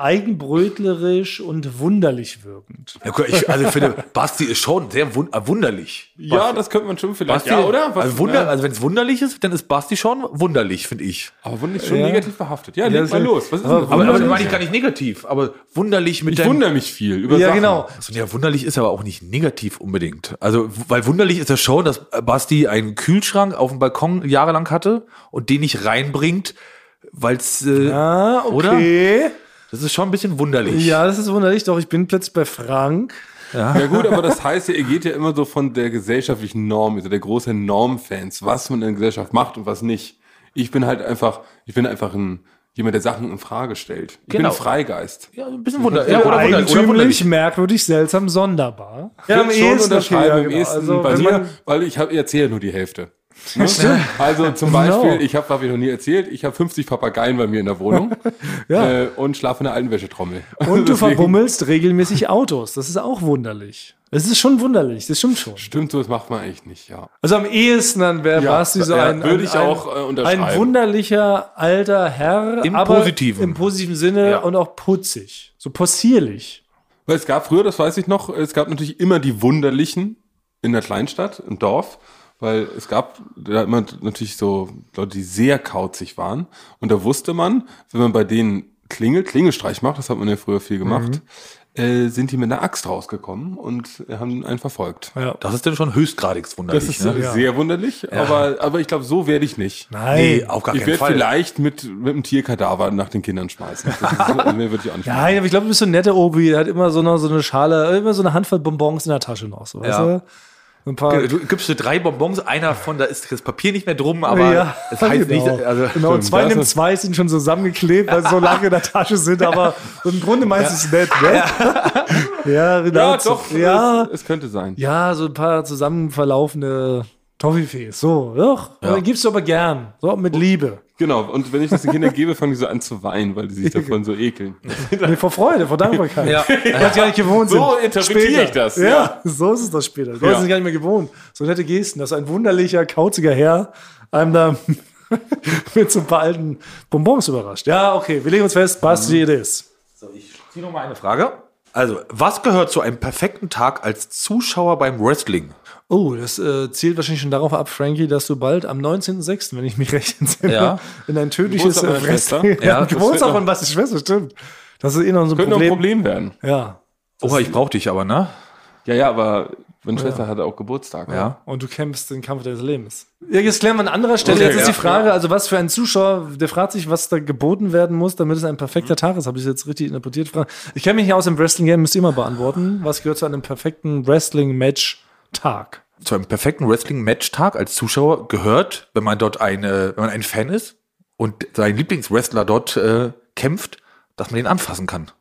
Speaker 1: eigenbrötlerisch und wunderlich wirkend.
Speaker 2: Ja, guck, ich, also ich finde, Basti ist schon sehr wun äh, wunderlich.
Speaker 3: Ja, das könnte man schon vielleicht.
Speaker 2: Basti,
Speaker 3: ja, oder? Was- äh,
Speaker 2: also wunder,
Speaker 3: ja.
Speaker 2: also wenn es wunderlich ist, dann ist Basti schon wunderlich, finde ich.
Speaker 3: Aber wunderlich schon
Speaker 1: Ja.
Speaker 3: negativ behaftet. Ja,
Speaker 1: das
Speaker 3: leg mal
Speaker 1: ist-
Speaker 3: los. Was ist denn
Speaker 1: aber-
Speaker 2: Aber, aber das
Speaker 3: wunderlich?
Speaker 2: meine ich gar nicht negativ, aber wunderlich mit
Speaker 3: ich wundere mich viel über
Speaker 1: Ja,
Speaker 3: Sachen.
Speaker 1: genau.
Speaker 2: Also, ja, wunderlich ist aber auch nicht negativ unbedingt. Also, w- weil wunderlich ist ja schon, dass äh, Basti einen Kühlschrank auf dem Balkon jahrelang hatte und den nicht reinbringt, weil es, äh,
Speaker 1: Ah, okay. Oder?
Speaker 2: das ist schon ein bisschen wunderlich.
Speaker 1: Ja, das ist wunderlich, doch ich bin plötzlich bei Frank.
Speaker 3: Ja gut, aber das heißt ja, ihr geht ja immer so von der gesellschaftlichen Norm, ihr seid der große Normfans, was man in der Gesellschaft macht und was nicht. Ich bin halt einfach, ich bin einfach ein, jemand, der Sachen in Frage stellt. Ich
Speaker 2: Genau.
Speaker 3: bin ein Freigeist.
Speaker 2: Ja, ein bisschen wunder, ja, oder wunder- oder
Speaker 1: Eigentümlich,
Speaker 2: wunderlich.
Speaker 1: merkwürdig, seltsam, sonderbar.
Speaker 3: Ich würd schon
Speaker 1: okay,
Speaker 3: unterschreiben,
Speaker 1: ja,
Speaker 3: im
Speaker 1: genau.
Speaker 3: ehesten
Speaker 1: Also,
Speaker 3: bei
Speaker 1: wenn
Speaker 3: mir,
Speaker 1: man-
Speaker 3: weil ich hab, ich erzähle nur die Hälfte. Ne?
Speaker 1: Stimmt.
Speaker 3: Also zum
Speaker 1: Genau.
Speaker 3: Beispiel, ich habe, habe ich noch nie erzählt, ich habe 50 Papageien bei mir in der Wohnung
Speaker 1: Ja.
Speaker 3: äh, und schlafe in der alten Wäschetrommel.
Speaker 1: Und du
Speaker 3: Deswegen-
Speaker 1: verbummelst regelmäßig Autos. Das ist auch wunderlich. Es ist schon wunderlich, das stimmt schon.
Speaker 3: Stimmt so, das macht man eigentlich nicht, ja.
Speaker 1: Also am ehesten dann wär,
Speaker 3: Ja,
Speaker 1: warst du so
Speaker 3: ja,
Speaker 1: ein,
Speaker 3: würde
Speaker 1: ein-
Speaker 3: ich
Speaker 1: ein,
Speaker 3: auch, äh, unterschreiben.
Speaker 1: ein wunderlicher alter Herr,
Speaker 2: Im
Speaker 1: aber
Speaker 2: Positiven.
Speaker 1: im positiven Sinne
Speaker 2: Ja.
Speaker 1: und auch putzig, so possierlich.
Speaker 3: Weil es gab früher, das weiß ich noch, es gab natürlich immer die Wunderlichen in der Kleinstadt, im Dorf, weil es gab da immer natürlich so Leute, die sehr kauzig waren. Und da wusste man, wenn man bei denen Klingel, Klingelstreich macht, das hat man ja früher viel gemacht, äh, sind die mit einer Axt rausgekommen und haben einen verfolgt.
Speaker 1: Ja.
Speaker 2: Das ist denn schon höchstgradigst wunderlich.
Speaker 3: Das ist
Speaker 2: ne?
Speaker 3: äh, sehr wunderlich, aber, aber ich glaube, so werde ich nicht.
Speaker 1: Nein,
Speaker 2: Nee, auf gar
Speaker 3: ich
Speaker 2: keinen
Speaker 3: werde
Speaker 2: Fall.
Speaker 3: vielleicht mit, mit einem Tierkadaver nach den Kindern schmeißen. Das ist, also mehr würde ich auch nicht machen.
Speaker 1: Nein, aber ich glaube, du bist so ein netter Obi, der hat immer so eine, so eine Schale, immer so eine Handvoll Bonbons in der Tasche noch, so, weißt
Speaker 2: Ja.
Speaker 1: du? Ein paar
Speaker 2: Du gibst dir drei Bonbons, einer von, da ist das Papier nicht mehr drum, aber
Speaker 1: Ja,
Speaker 2: es heißt
Speaker 1: genau.
Speaker 2: nicht, also
Speaker 1: genau,
Speaker 3: stimmt,
Speaker 1: zwei
Speaker 3: das
Speaker 1: nimmt
Speaker 3: ist-
Speaker 1: zwei sind schon zusammengeklebt, weil sie so lange in der Tasche sind, aber im Grunde meinst du es nett, ne? Ja, genau.
Speaker 3: Ja, doch,
Speaker 1: Ja,
Speaker 3: Es, es könnte sein.
Speaker 1: ja, so ein paar zusammen verlaufende Toffifees, so, doch.
Speaker 2: Ja.
Speaker 1: Und Gibst du aber gern, so mit Liebe.
Speaker 3: Genau, und wenn ich das den Kindern gebe, fangen die so an zu weinen, weil die sich davon so ekeln.
Speaker 1: Nee, vor Freude, vor Dankbarkeit.
Speaker 2: Ja.
Speaker 1: Weil sie gar nicht gewohnt sind.
Speaker 3: So interpretiere
Speaker 1: Später.
Speaker 3: ich das,
Speaker 1: Ja,
Speaker 3: ja.
Speaker 1: so ist es das später. Die Leute
Speaker 3: Ja.
Speaker 1: sind gar nicht mehr gewohnt. So nette Gesten, dass ein wunderlicher, kauziger Herr einem da mit so ein paar alten Bonbons überrascht. Ja, okay, wir legen uns fest, Basti
Speaker 3: Mhm.
Speaker 1: it is.
Speaker 2: Zieh noch mal eine Frage. Also, was gehört zu einem perfekten Tag als Zuschauer beim Wrestling?
Speaker 1: Oh, das äh, zielt wahrscheinlich schon darauf ab, Frankie, dass du bald am 19.06., wenn ich mich recht entsinne,
Speaker 2: Ja.
Speaker 1: in ein tödliches
Speaker 3: Geburtstag meiner Schwester.
Speaker 1: Wrestling-
Speaker 2: Ja, das
Speaker 1: Geburtstag
Speaker 3: wird
Speaker 1: von Bastis Schwester, stimmt. Das ist eh noch so ein
Speaker 3: Könnte noch ein
Speaker 1: Problem.
Speaker 3: Problem werden.
Speaker 1: Ja.
Speaker 2: Oha, ich brauche dich aber, ne?
Speaker 3: Ja, ja, aber meine Schwester hatte auch Geburtstag.
Speaker 2: Ja.
Speaker 1: Und du kämpfst den Kampf deines Lebens. Ja, jetzt klären wir an anderer Stelle.
Speaker 2: Okay,
Speaker 1: jetzt ist
Speaker 2: ja.
Speaker 1: die Frage, also was für ein Zuschauer, der fragt sich, was da geboten werden muss, damit es ein perfekter Tag ist. Habe ich das jetzt richtig interpretiert? Fra- Ich kenne mich nicht aus im Wrestling-Game, müsst ihr immer beantworten. Was gehört zu einem perfekten Wrestling-Match-Tag?
Speaker 2: Zu einem perfekten Wrestling-Match-Tag als Zuschauer gehört, wenn man dort eine, wenn man ein Fan ist und sein Lieblingswrestler dort äh, kämpft, dass man den anfassen kann.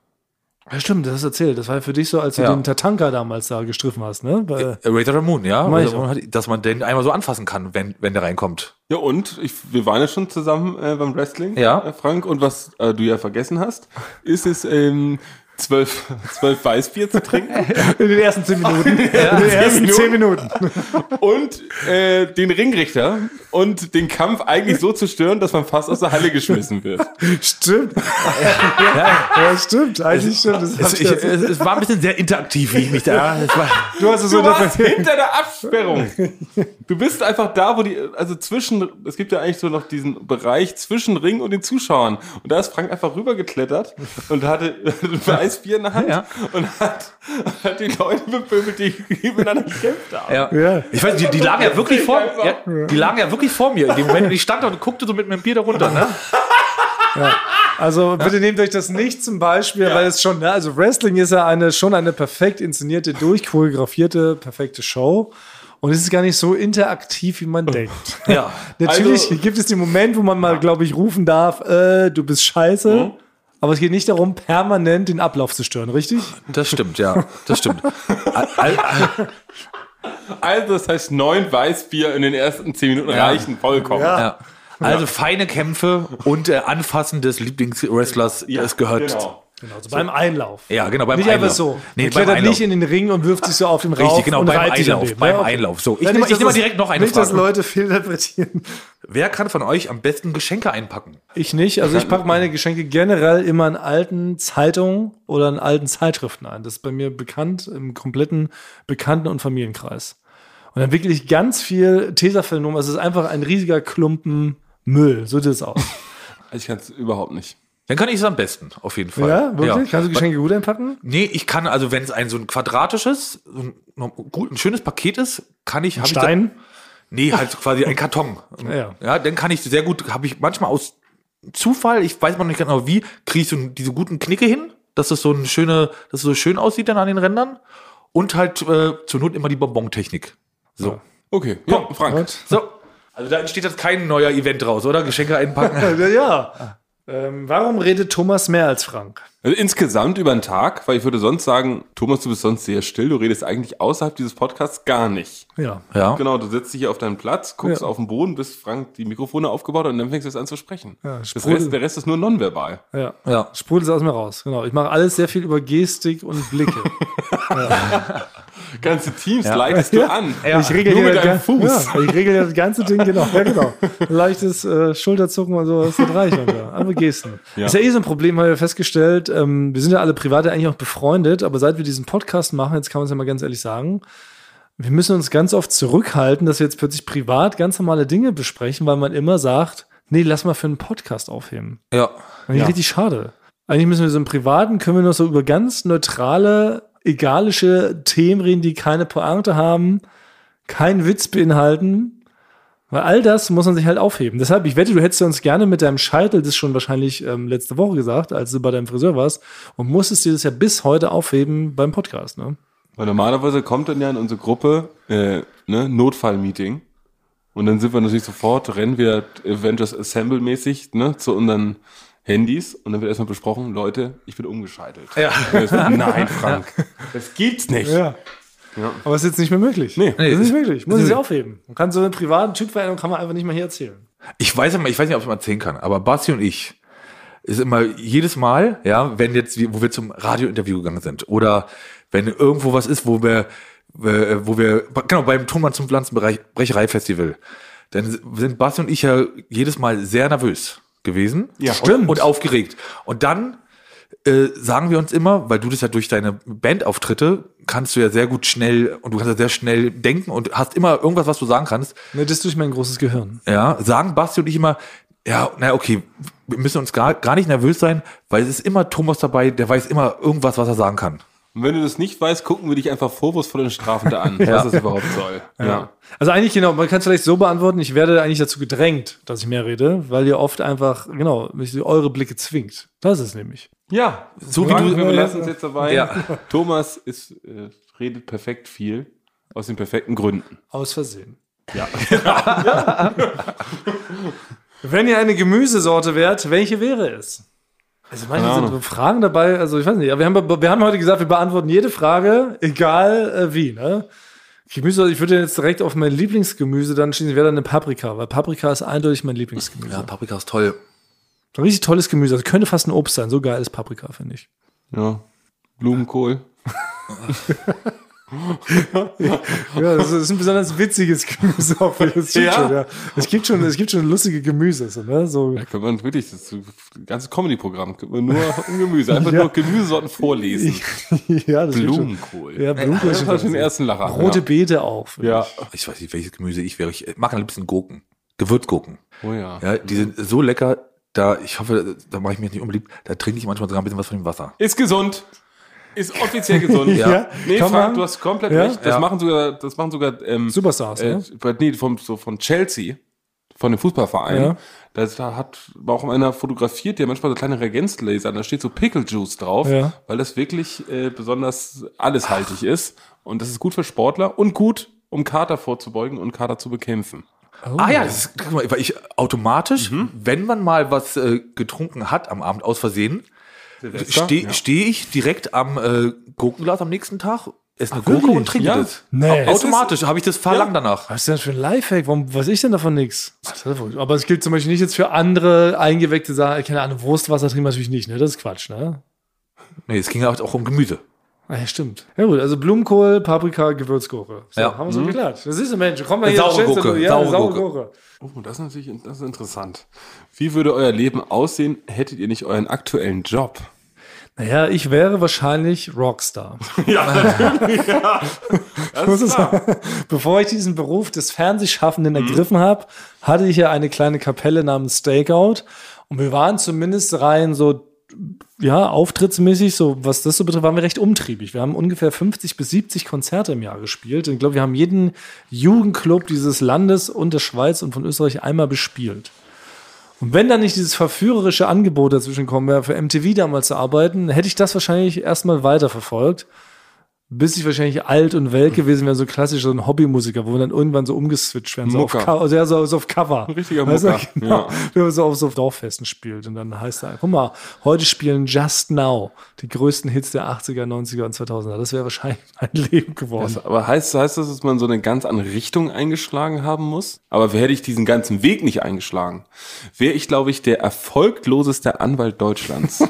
Speaker 1: Ja, stimmt, das hast du erzählt. Das war ja für dich so, als du
Speaker 2: Ja.
Speaker 1: den Tatanka damals da gestriffen hast, ne? Bei,
Speaker 2: Äh, Razor Ramon, ja?
Speaker 1: Mach ich
Speaker 2: Also, man hat- dass man den einmal so anfassen kann, wenn, wenn der reinkommt.
Speaker 3: Ja, und ich, wir waren ja schon zusammen äh, beim Wrestling,
Speaker 2: Ja.
Speaker 3: äh, Frank. Und was äh, du ja vergessen hast, ist es, ähm, zwölf, zwölf Weißbier zu trinken
Speaker 1: in den ersten zehn Minuten. in den ersten zehn Minuten.
Speaker 3: und äh, den Ringrichter und den Kampf eigentlich so zu stören, dass man fast aus der Halle geschmissen wird.
Speaker 1: stimmt. ja. stimmt. Eigentlich stimmt. Das
Speaker 2: Es,
Speaker 1: hab
Speaker 2: ich,
Speaker 1: ich,
Speaker 2: es, es war ein bisschen sehr interaktiv, wie ich mich da. Es war,
Speaker 1: du hast es Also so
Speaker 3: Du warst
Speaker 1: interpretiert.
Speaker 3: hinter der Absperrung. Du bist einfach da, wo die, also zwischen, es gibt ja eigentlich so noch diesen Bereich zwischen Ring und den Zuschauern. Und da ist Frank einfach rübergeklettert und hatte ein Weißbier in der Hand
Speaker 2: Ja.
Speaker 3: und hat, hat die Leute bepöbelt, die miteinander gekämpft haben.
Speaker 2: Ja.
Speaker 1: Ja.
Speaker 2: Ich weiß, nicht, die, die lagen ja wirklich vor ja, Die lagen ja wirklich vor mir. In dem Moment, und ich stand da und guckte so mit meinem Bier da runter. Ne?
Speaker 1: Also bitte nehmt euch das nicht zum Beispiel, weil es schon, ne, also Wrestling ist ja eine, schon eine perfekt inszenierte, durchchoreografierte, perfekte Show. Und es ist gar nicht so interaktiv, wie man denkt.
Speaker 2: Ja.
Speaker 1: Natürlich
Speaker 3: Also-
Speaker 1: gibt es den Moment, wo man mal, glaube ich, rufen darf, äh, du bist scheiße. Aber es geht nicht darum, permanent den Ablauf zu stören, richtig?
Speaker 2: Das stimmt, ja. Das stimmt. Al- al-
Speaker 3: Also, das heißt, neun Weißbier in den ersten zehn Minuten reichen vollkommen.
Speaker 2: ja. Also feine Kämpfe und äh, Anfassen des Lieblingswrestlers, das gehört.
Speaker 3: Genau.
Speaker 1: Genau, so beim Einlauf.
Speaker 2: Ja, genau, beim
Speaker 1: nicht
Speaker 2: Einlauf.
Speaker 1: einfach so.
Speaker 2: Nee,
Speaker 1: Man
Speaker 2: beim
Speaker 1: klettert
Speaker 2: Einlauf.
Speaker 1: nicht in den Ring und wirft sich so auf den Rauf.
Speaker 2: Richtig, genau,
Speaker 1: und
Speaker 2: beim
Speaker 1: reiht sich an
Speaker 2: Einlauf,
Speaker 1: dem. ne?
Speaker 2: beim
Speaker 1: okay.
Speaker 2: Einlauf. So, ich
Speaker 1: Ja,
Speaker 2: nehme-
Speaker 1: nicht,
Speaker 2: ich nehme
Speaker 1: dass es-
Speaker 2: direkt noch eine
Speaker 1: Nicht, dass
Speaker 2: Frage.
Speaker 1: Leute fehlinterpretieren.
Speaker 2: Wer kann von euch am besten Geschenke einpacken?
Speaker 1: Ich nicht. Also ich packe meine Geschenke generell immer in alten Zeitungen oder in alten Zeitschriften ein. Das ist bei mir bekannt im kompletten Bekannten- und Familienkreis. Und dann wirklich ganz viel Tesafilm. um. Es ist einfach ein riesiger Klumpen Müll. So sieht es aus.
Speaker 3: Also, ich kann es überhaupt nicht.
Speaker 2: Dann kann ich es am besten, auf jeden Fall.
Speaker 1: ja, wirklich? Kannst du Geschenke gut einpacken?
Speaker 2: Nee, ich kann, also wenn es ein so ein quadratisches, so ein, gut, ein schönes Paket ist, kann ich. hab ich da-
Speaker 1: Stein?
Speaker 2: Nee, halt quasi ein Karton.
Speaker 1: Ja.
Speaker 2: Ja, dann kann ich sehr gut, habe ich manchmal aus Zufall, ich weiß noch nicht genau wie, kriege ich so diese guten Knicke hin, dass das so ein schöne, dass es so schön aussieht dann an den Rändern. Und halt äh, zur Not immer die Bonbon-Technik. So.
Speaker 3: Okay, ja, Frank.
Speaker 1: What?
Speaker 2: So. Also da entsteht jetzt kein neuer Event draus, oder? Geschenke einpacken.
Speaker 1: Ja, ja. Ähm, warum redet Thomas mehr als Frank?
Speaker 3: Also insgesamt über den Tag, weil ich würde sonst sagen, Thomas, du bist sonst sehr still, du redest eigentlich außerhalb dieses Podcasts gar nicht.
Speaker 1: Ja.
Speaker 2: Ja.
Speaker 3: Genau, du sitzt dich hier auf deinen Platz, guckst
Speaker 1: Ja.
Speaker 3: auf den Boden, bis Frank die Mikrofone aufgebaut hat und dann fängst du es an zu sprechen.
Speaker 1: Ja,
Speaker 3: das
Speaker 1: Sprudel.
Speaker 3: Rest, der Rest ist nur nonverbal.
Speaker 1: ja.
Speaker 2: Ja.
Speaker 1: Sprudelt es aus mir raus. Genau. Ich mache alles sehr viel über Gestik und Blicke.
Speaker 3: Ganze Teams leitest du an.
Speaker 1: Ich regel
Speaker 3: Nur
Speaker 1: hier
Speaker 3: mit
Speaker 1: das
Speaker 3: deinem
Speaker 1: gan-
Speaker 3: Fuß.
Speaker 1: Ja, ich regel das ganze Ding, genau. Ja, genau. Leichtes äh, Schulterzucken und so, das reicht schon. Ja. Andere Gesten. Ist ja eh so ein Problem, haben wir festgestellt. Ähm, wir sind ja alle privat ja eigentlich auch befreundet, aber seit wir diesen Podcast machen, jetzt kann man es ja mal ganz ehrlich sagen, wir müssen uns ganz oft zurückhalten, dass wir jetzt plötzlich privat ganz normale Dinge besprechen, weil man immer sagt, nee, lass mal für einen Podcast aufheben.
Speaker 2: Ja.
Speaker 1: Eigentlich
Speaker 2: Ja.
Speaker 1: richtig schade. Eigentlich müssen wir so im Privaten, können wir noch so über ganz neutrale, egalische Themen reden, die keine Pointe haben, keinen Witz beinhalten. Weil all das muss man sich halt aufheben. Deshalb, ich wette, du hättest uns gerne mit deinem Scheitel, das schon wahrscheinlich ähm, letzte Woche gesagt, als du bei deinem Friseur warst, und musstest dir das ja bis heute aufheben beim Podcast. Ne?
Speaker 3: Weil normalerweise kommt dann ja in unsere Gruppe äh, ne, Notfallmeeting. Und dann sind wir natürlich sofort, rennen wir Avengers Assemble-mäßig ne, zu unseren Handys und dann wird erstmal besprochen, Leute, ich bin umgescheitelt. Ja. Nein, Frank. Das gibt's nicht.
Speaker 1: Ja. Aber es ist jetzt nicht mehr möglich.
Speaker 3: Nee.
Speaker 1: das ist
Speaker 2: Nee.
Speaker 1: nicht möglich. Muss ich sie aufheben. Man kann so eine privaten Typveränderung kann man einfach nicht mal hier erzählen.
Speaker 2: Ich weiß, immer- ich weiß nicht, ob ich es mal erzählen kann, aber Basti und ich ist immer jedes Mal, ja, wenn jetzt, wir- wo wir zum Radiointerview gegangen sind oder wenn irgendwo was ist, wo wir, äh, wo wir, genau, beim Tonmann zum Pflanzenbrecherei-Festival, dann sind Basti und ich ja jedes Mal sehr nervös gewesen.
Speaker 3: Ja,
Speaker 2: Und, und aufgeregt. Und dann äh, sagen wir uns immer, weil du das ja durch deine Bandauftritte kannst du ja sehr gut schnell und du kannst ja sehr schnell denken und hast immer irgendwas, was du sagen kannst.
Speaker 1: Ne, das ist durch mein großes Gehirn.
Speaker 2: Ja, sagen Basti und ich immer, ja, na okay, wir müssen uns gar, gar nicht nervös sein, weil es ist immer Thomas dabei, der weiß immer irgendwas, was er sagen kann.
Speaker 3: Und wenn du das nicht weißt, gucken wir dich einfach vorwurfsvoll und strafen da an, was das überhaupt soll. Ja.
Speaker 1: Also eigentlich, genau, man kann es vielleicht so beantworten, ich werde eigentlich dazu gedrängt, dass ich mehr rede, weil ihr oft einfach, genau, mich so eure Blicke zwingt. Das ist nämlich.
Speaker 3: Ja, so äh,
Speaker 2: wie
Speaker 3: Frank,
Speaker 2: du-
Speaker 3: wir belassen uns jetzt dabei.
Speaker 2: Ja.
Speaker 3: Thomas ist, äh, redet perfekt viel aus den perfekten Gründen.
Speaker 1: Aus Versehen. Ja. Wenn ihr eine Gemüsesorte wärt, welche wäre es? Also manche
Speaker 3: Keine
Speaker 1: sind so
Speaker 3: Ahnung.
Speaker 1: Fragen dabei, also ich weiß nicht, aber wir haben, wir haben heute gesagt, wir beantworten jede Frage, egal äh, wie, ne? Gemüse, ich würde jetzt direkt auf mein Lieblingsgemüse dann schließen, wäre dann eine Paprika, weil Paprika ist eindeutig mein Lieblingsgemüse.
Speaker 2: Paprika ist toll.
Speaker 1: Ein richtig tolles Gemüse. Das könnte fast ein Obst sein. So geil ist Paprika, finde ich.
Speaker 3: Ja. Blumenkohl.
Speaker 1: Ja, das ist ein besonders witziges Gemüse. auch für- Es gibt,
Speaker 3: Ja.
Speaker 1: Schon, ja. es gibt, schon, es gibt schon lustige Gemüse. So, ne? so,
Speaker 3: Da kann man wirklich das ganze Comedy-Programm könnte man nur um Gemüse, einfach nur Gemüsesorten vorlesen.
Speaker 1: ja, das gibt schon,
Speaker 3: Blumenkohl.
Speaker 1: ja, Blumenkohl. ist
Speaker 3: Das
Speaker 1: schon
Speaker 3: war schon
Speaker 1: witzig.
Speaker 3: den ersten Lacher.
Speaker 1: Rote Beete auch. finde
Speaker 3: Ja.
Speaker 1: ich.
Speaker 3: ja.
Speaker 2: Ich weiß nicht, welches Gemüse ich äh, wäre. Ich mag am liebsten Gurken. Gewürzgurken.
Speaker 3: Oh ja.
Speaker 2: Ja, die sind so lecker, da, ich hoffe, da mache ich mich nicht unbeliebt, da trinke ich manchmal sogar ein bisschen was von dem Wasser.
Speaker 3: Ist gesund. Ist offiziell gesund.
Speaker 1: Ja. Ja.
Speaker 3: Nee,
Speaker 1: Kann
Speaker 3: Frank,
Speaker 1: man-
Speaker 3: du hast komplett
Speaker 1: Ja.
Speaker 3: recht. Das
Speaker 2: Ja.
Speaker 3: machen sogar, das machen sogar ähm,
Speaker 1: Superstars,
Speaker 3: äh,
Speaker 1: ne?
Speaker 3: Nee, vom, so von Chelsea, von dem Fußballverein.
Speaker 1: Ja.
Speaker 3: Da, da hat auch einer fotografiert, der manchmal so kleine Reagenzlaser, hat. da steht so Pickle Juice drauf,
Speaker 1: Ja.
Speaker 3: weil das wirklich äh, besonders alleshaltig ist. Und das ist gut für Sportler und gut, um Kater vorzubeugen und Kater zu bekämpfen.
Speaker 1: Oh.
Speaker 2: Ah ja, das ist, guck mal, weil ich automatisch, wenn man mal was äh, getrunken hat am Abend aus Versehen, stehe
Speaker 3: ja.
Speaker 2: steh ich direkt am äh, Gurkenglas am nächsten Tag, esse eine Gurke
Speaker 1: wirklich?
Speaker 2: und trinke
Speaker 3: Ja.
Speaker 2: das.
Speaker 1: Nee.
Speaker 2: Automatisch habe ich das Verlangen danach.
Speaker 1: Was ist denn das für ein Lifehack? Warum weiß ich denn davon nichts? Aber es gilt zum Beispiel nicht jetzt für andere eingeweckte Sachen. Keine Ahnung, Wurstwasser trinken wir natürlich nicht, ne? Das ist Quatsch, ne?
Speaker 2: Nee, es ging ja auch um Gemüse.
Speaker 1: Ah, ja, stimmt. Ja gut, also Blumenkohl, Paprika, Gewürzgurke. So,
Speaker 2: Ja.
Speaker 1: haben wir so geklärt. Das ist ein Mensch. Komm mal
Speaker 2: Eine
Speaker 1: hier.
Speaker 2: saure
Speaker 1: stellst du-
Speaker 2: Gurke,
Speaker 1: Ja,
Speaker 2: saure
Speaker 1: eine saure
Speaker 2: Gurke.
Speaker 1: Gurke.
Speaker 3: Oh, das ist natürlich das ist interessant. Wie würde euer Leben aussehen, hättet ihr nicht euren aktuellen Job?
Speaker 1: Naja, ich wäre wahrscheinlich Rockstar.
Speaker 3: Das muss es
Speaker 1: Bevor ich diesen Beruf des Fernsehschaffenden ergriffen habe, hatte ich ja eine kleine Kapelle namens Stakeout. Und wir waren zumindest rein so, ja, auftrittsmäßig, so was das so betrifft, waren wir recht umtriebig. Wir haben ungefähr 50 bis 70 Konzerte im Jahr gespielt. Und ich glaube, wir haben jeden Jugendclub dieses Landes und der Schweiz und von Österreich einmal bespielt. Und wenn dann nicht dieses verführerische Angebot dazwischen kommen wäre, für MTV damals zu arbeiten, hätte ich das wahrscheinlich erstmal weiterverfolgt. bis ich wahrscheinlich alt und welk gewesen wäre, so klassisch so ein Hobbymusiker, wo wir dann irgendwann so umgeswitcht werden. So auf,
Speaker 3: Mucker.
Speaker 1: Co also, ja, so, so auf Cover.
Speaker 3: Ein richtiger
Speaker 1: Weißt du,
Speaker 3: Mucker,
Speaker 1: Genau,
Speaker 3: ja.
Speaker 1: Wenn man so auf so auf Dorffesten spielt und dann heißt er, guck mal, heute spielen Just Now die größten Hits der 80er, 90er und 2000er. Das wäre wahrscheinlich mein Leben geworden.
Speaker 3: Das, aber heißt, heißt das, dass man so eine ganz andere Richtung eingeschlagen haben muss? Aber hätte ich diesen ganzen Weg nicht eingeschlagen, wäre ich, glaube ich, der erfolgloseste Anwalt Deutschlands.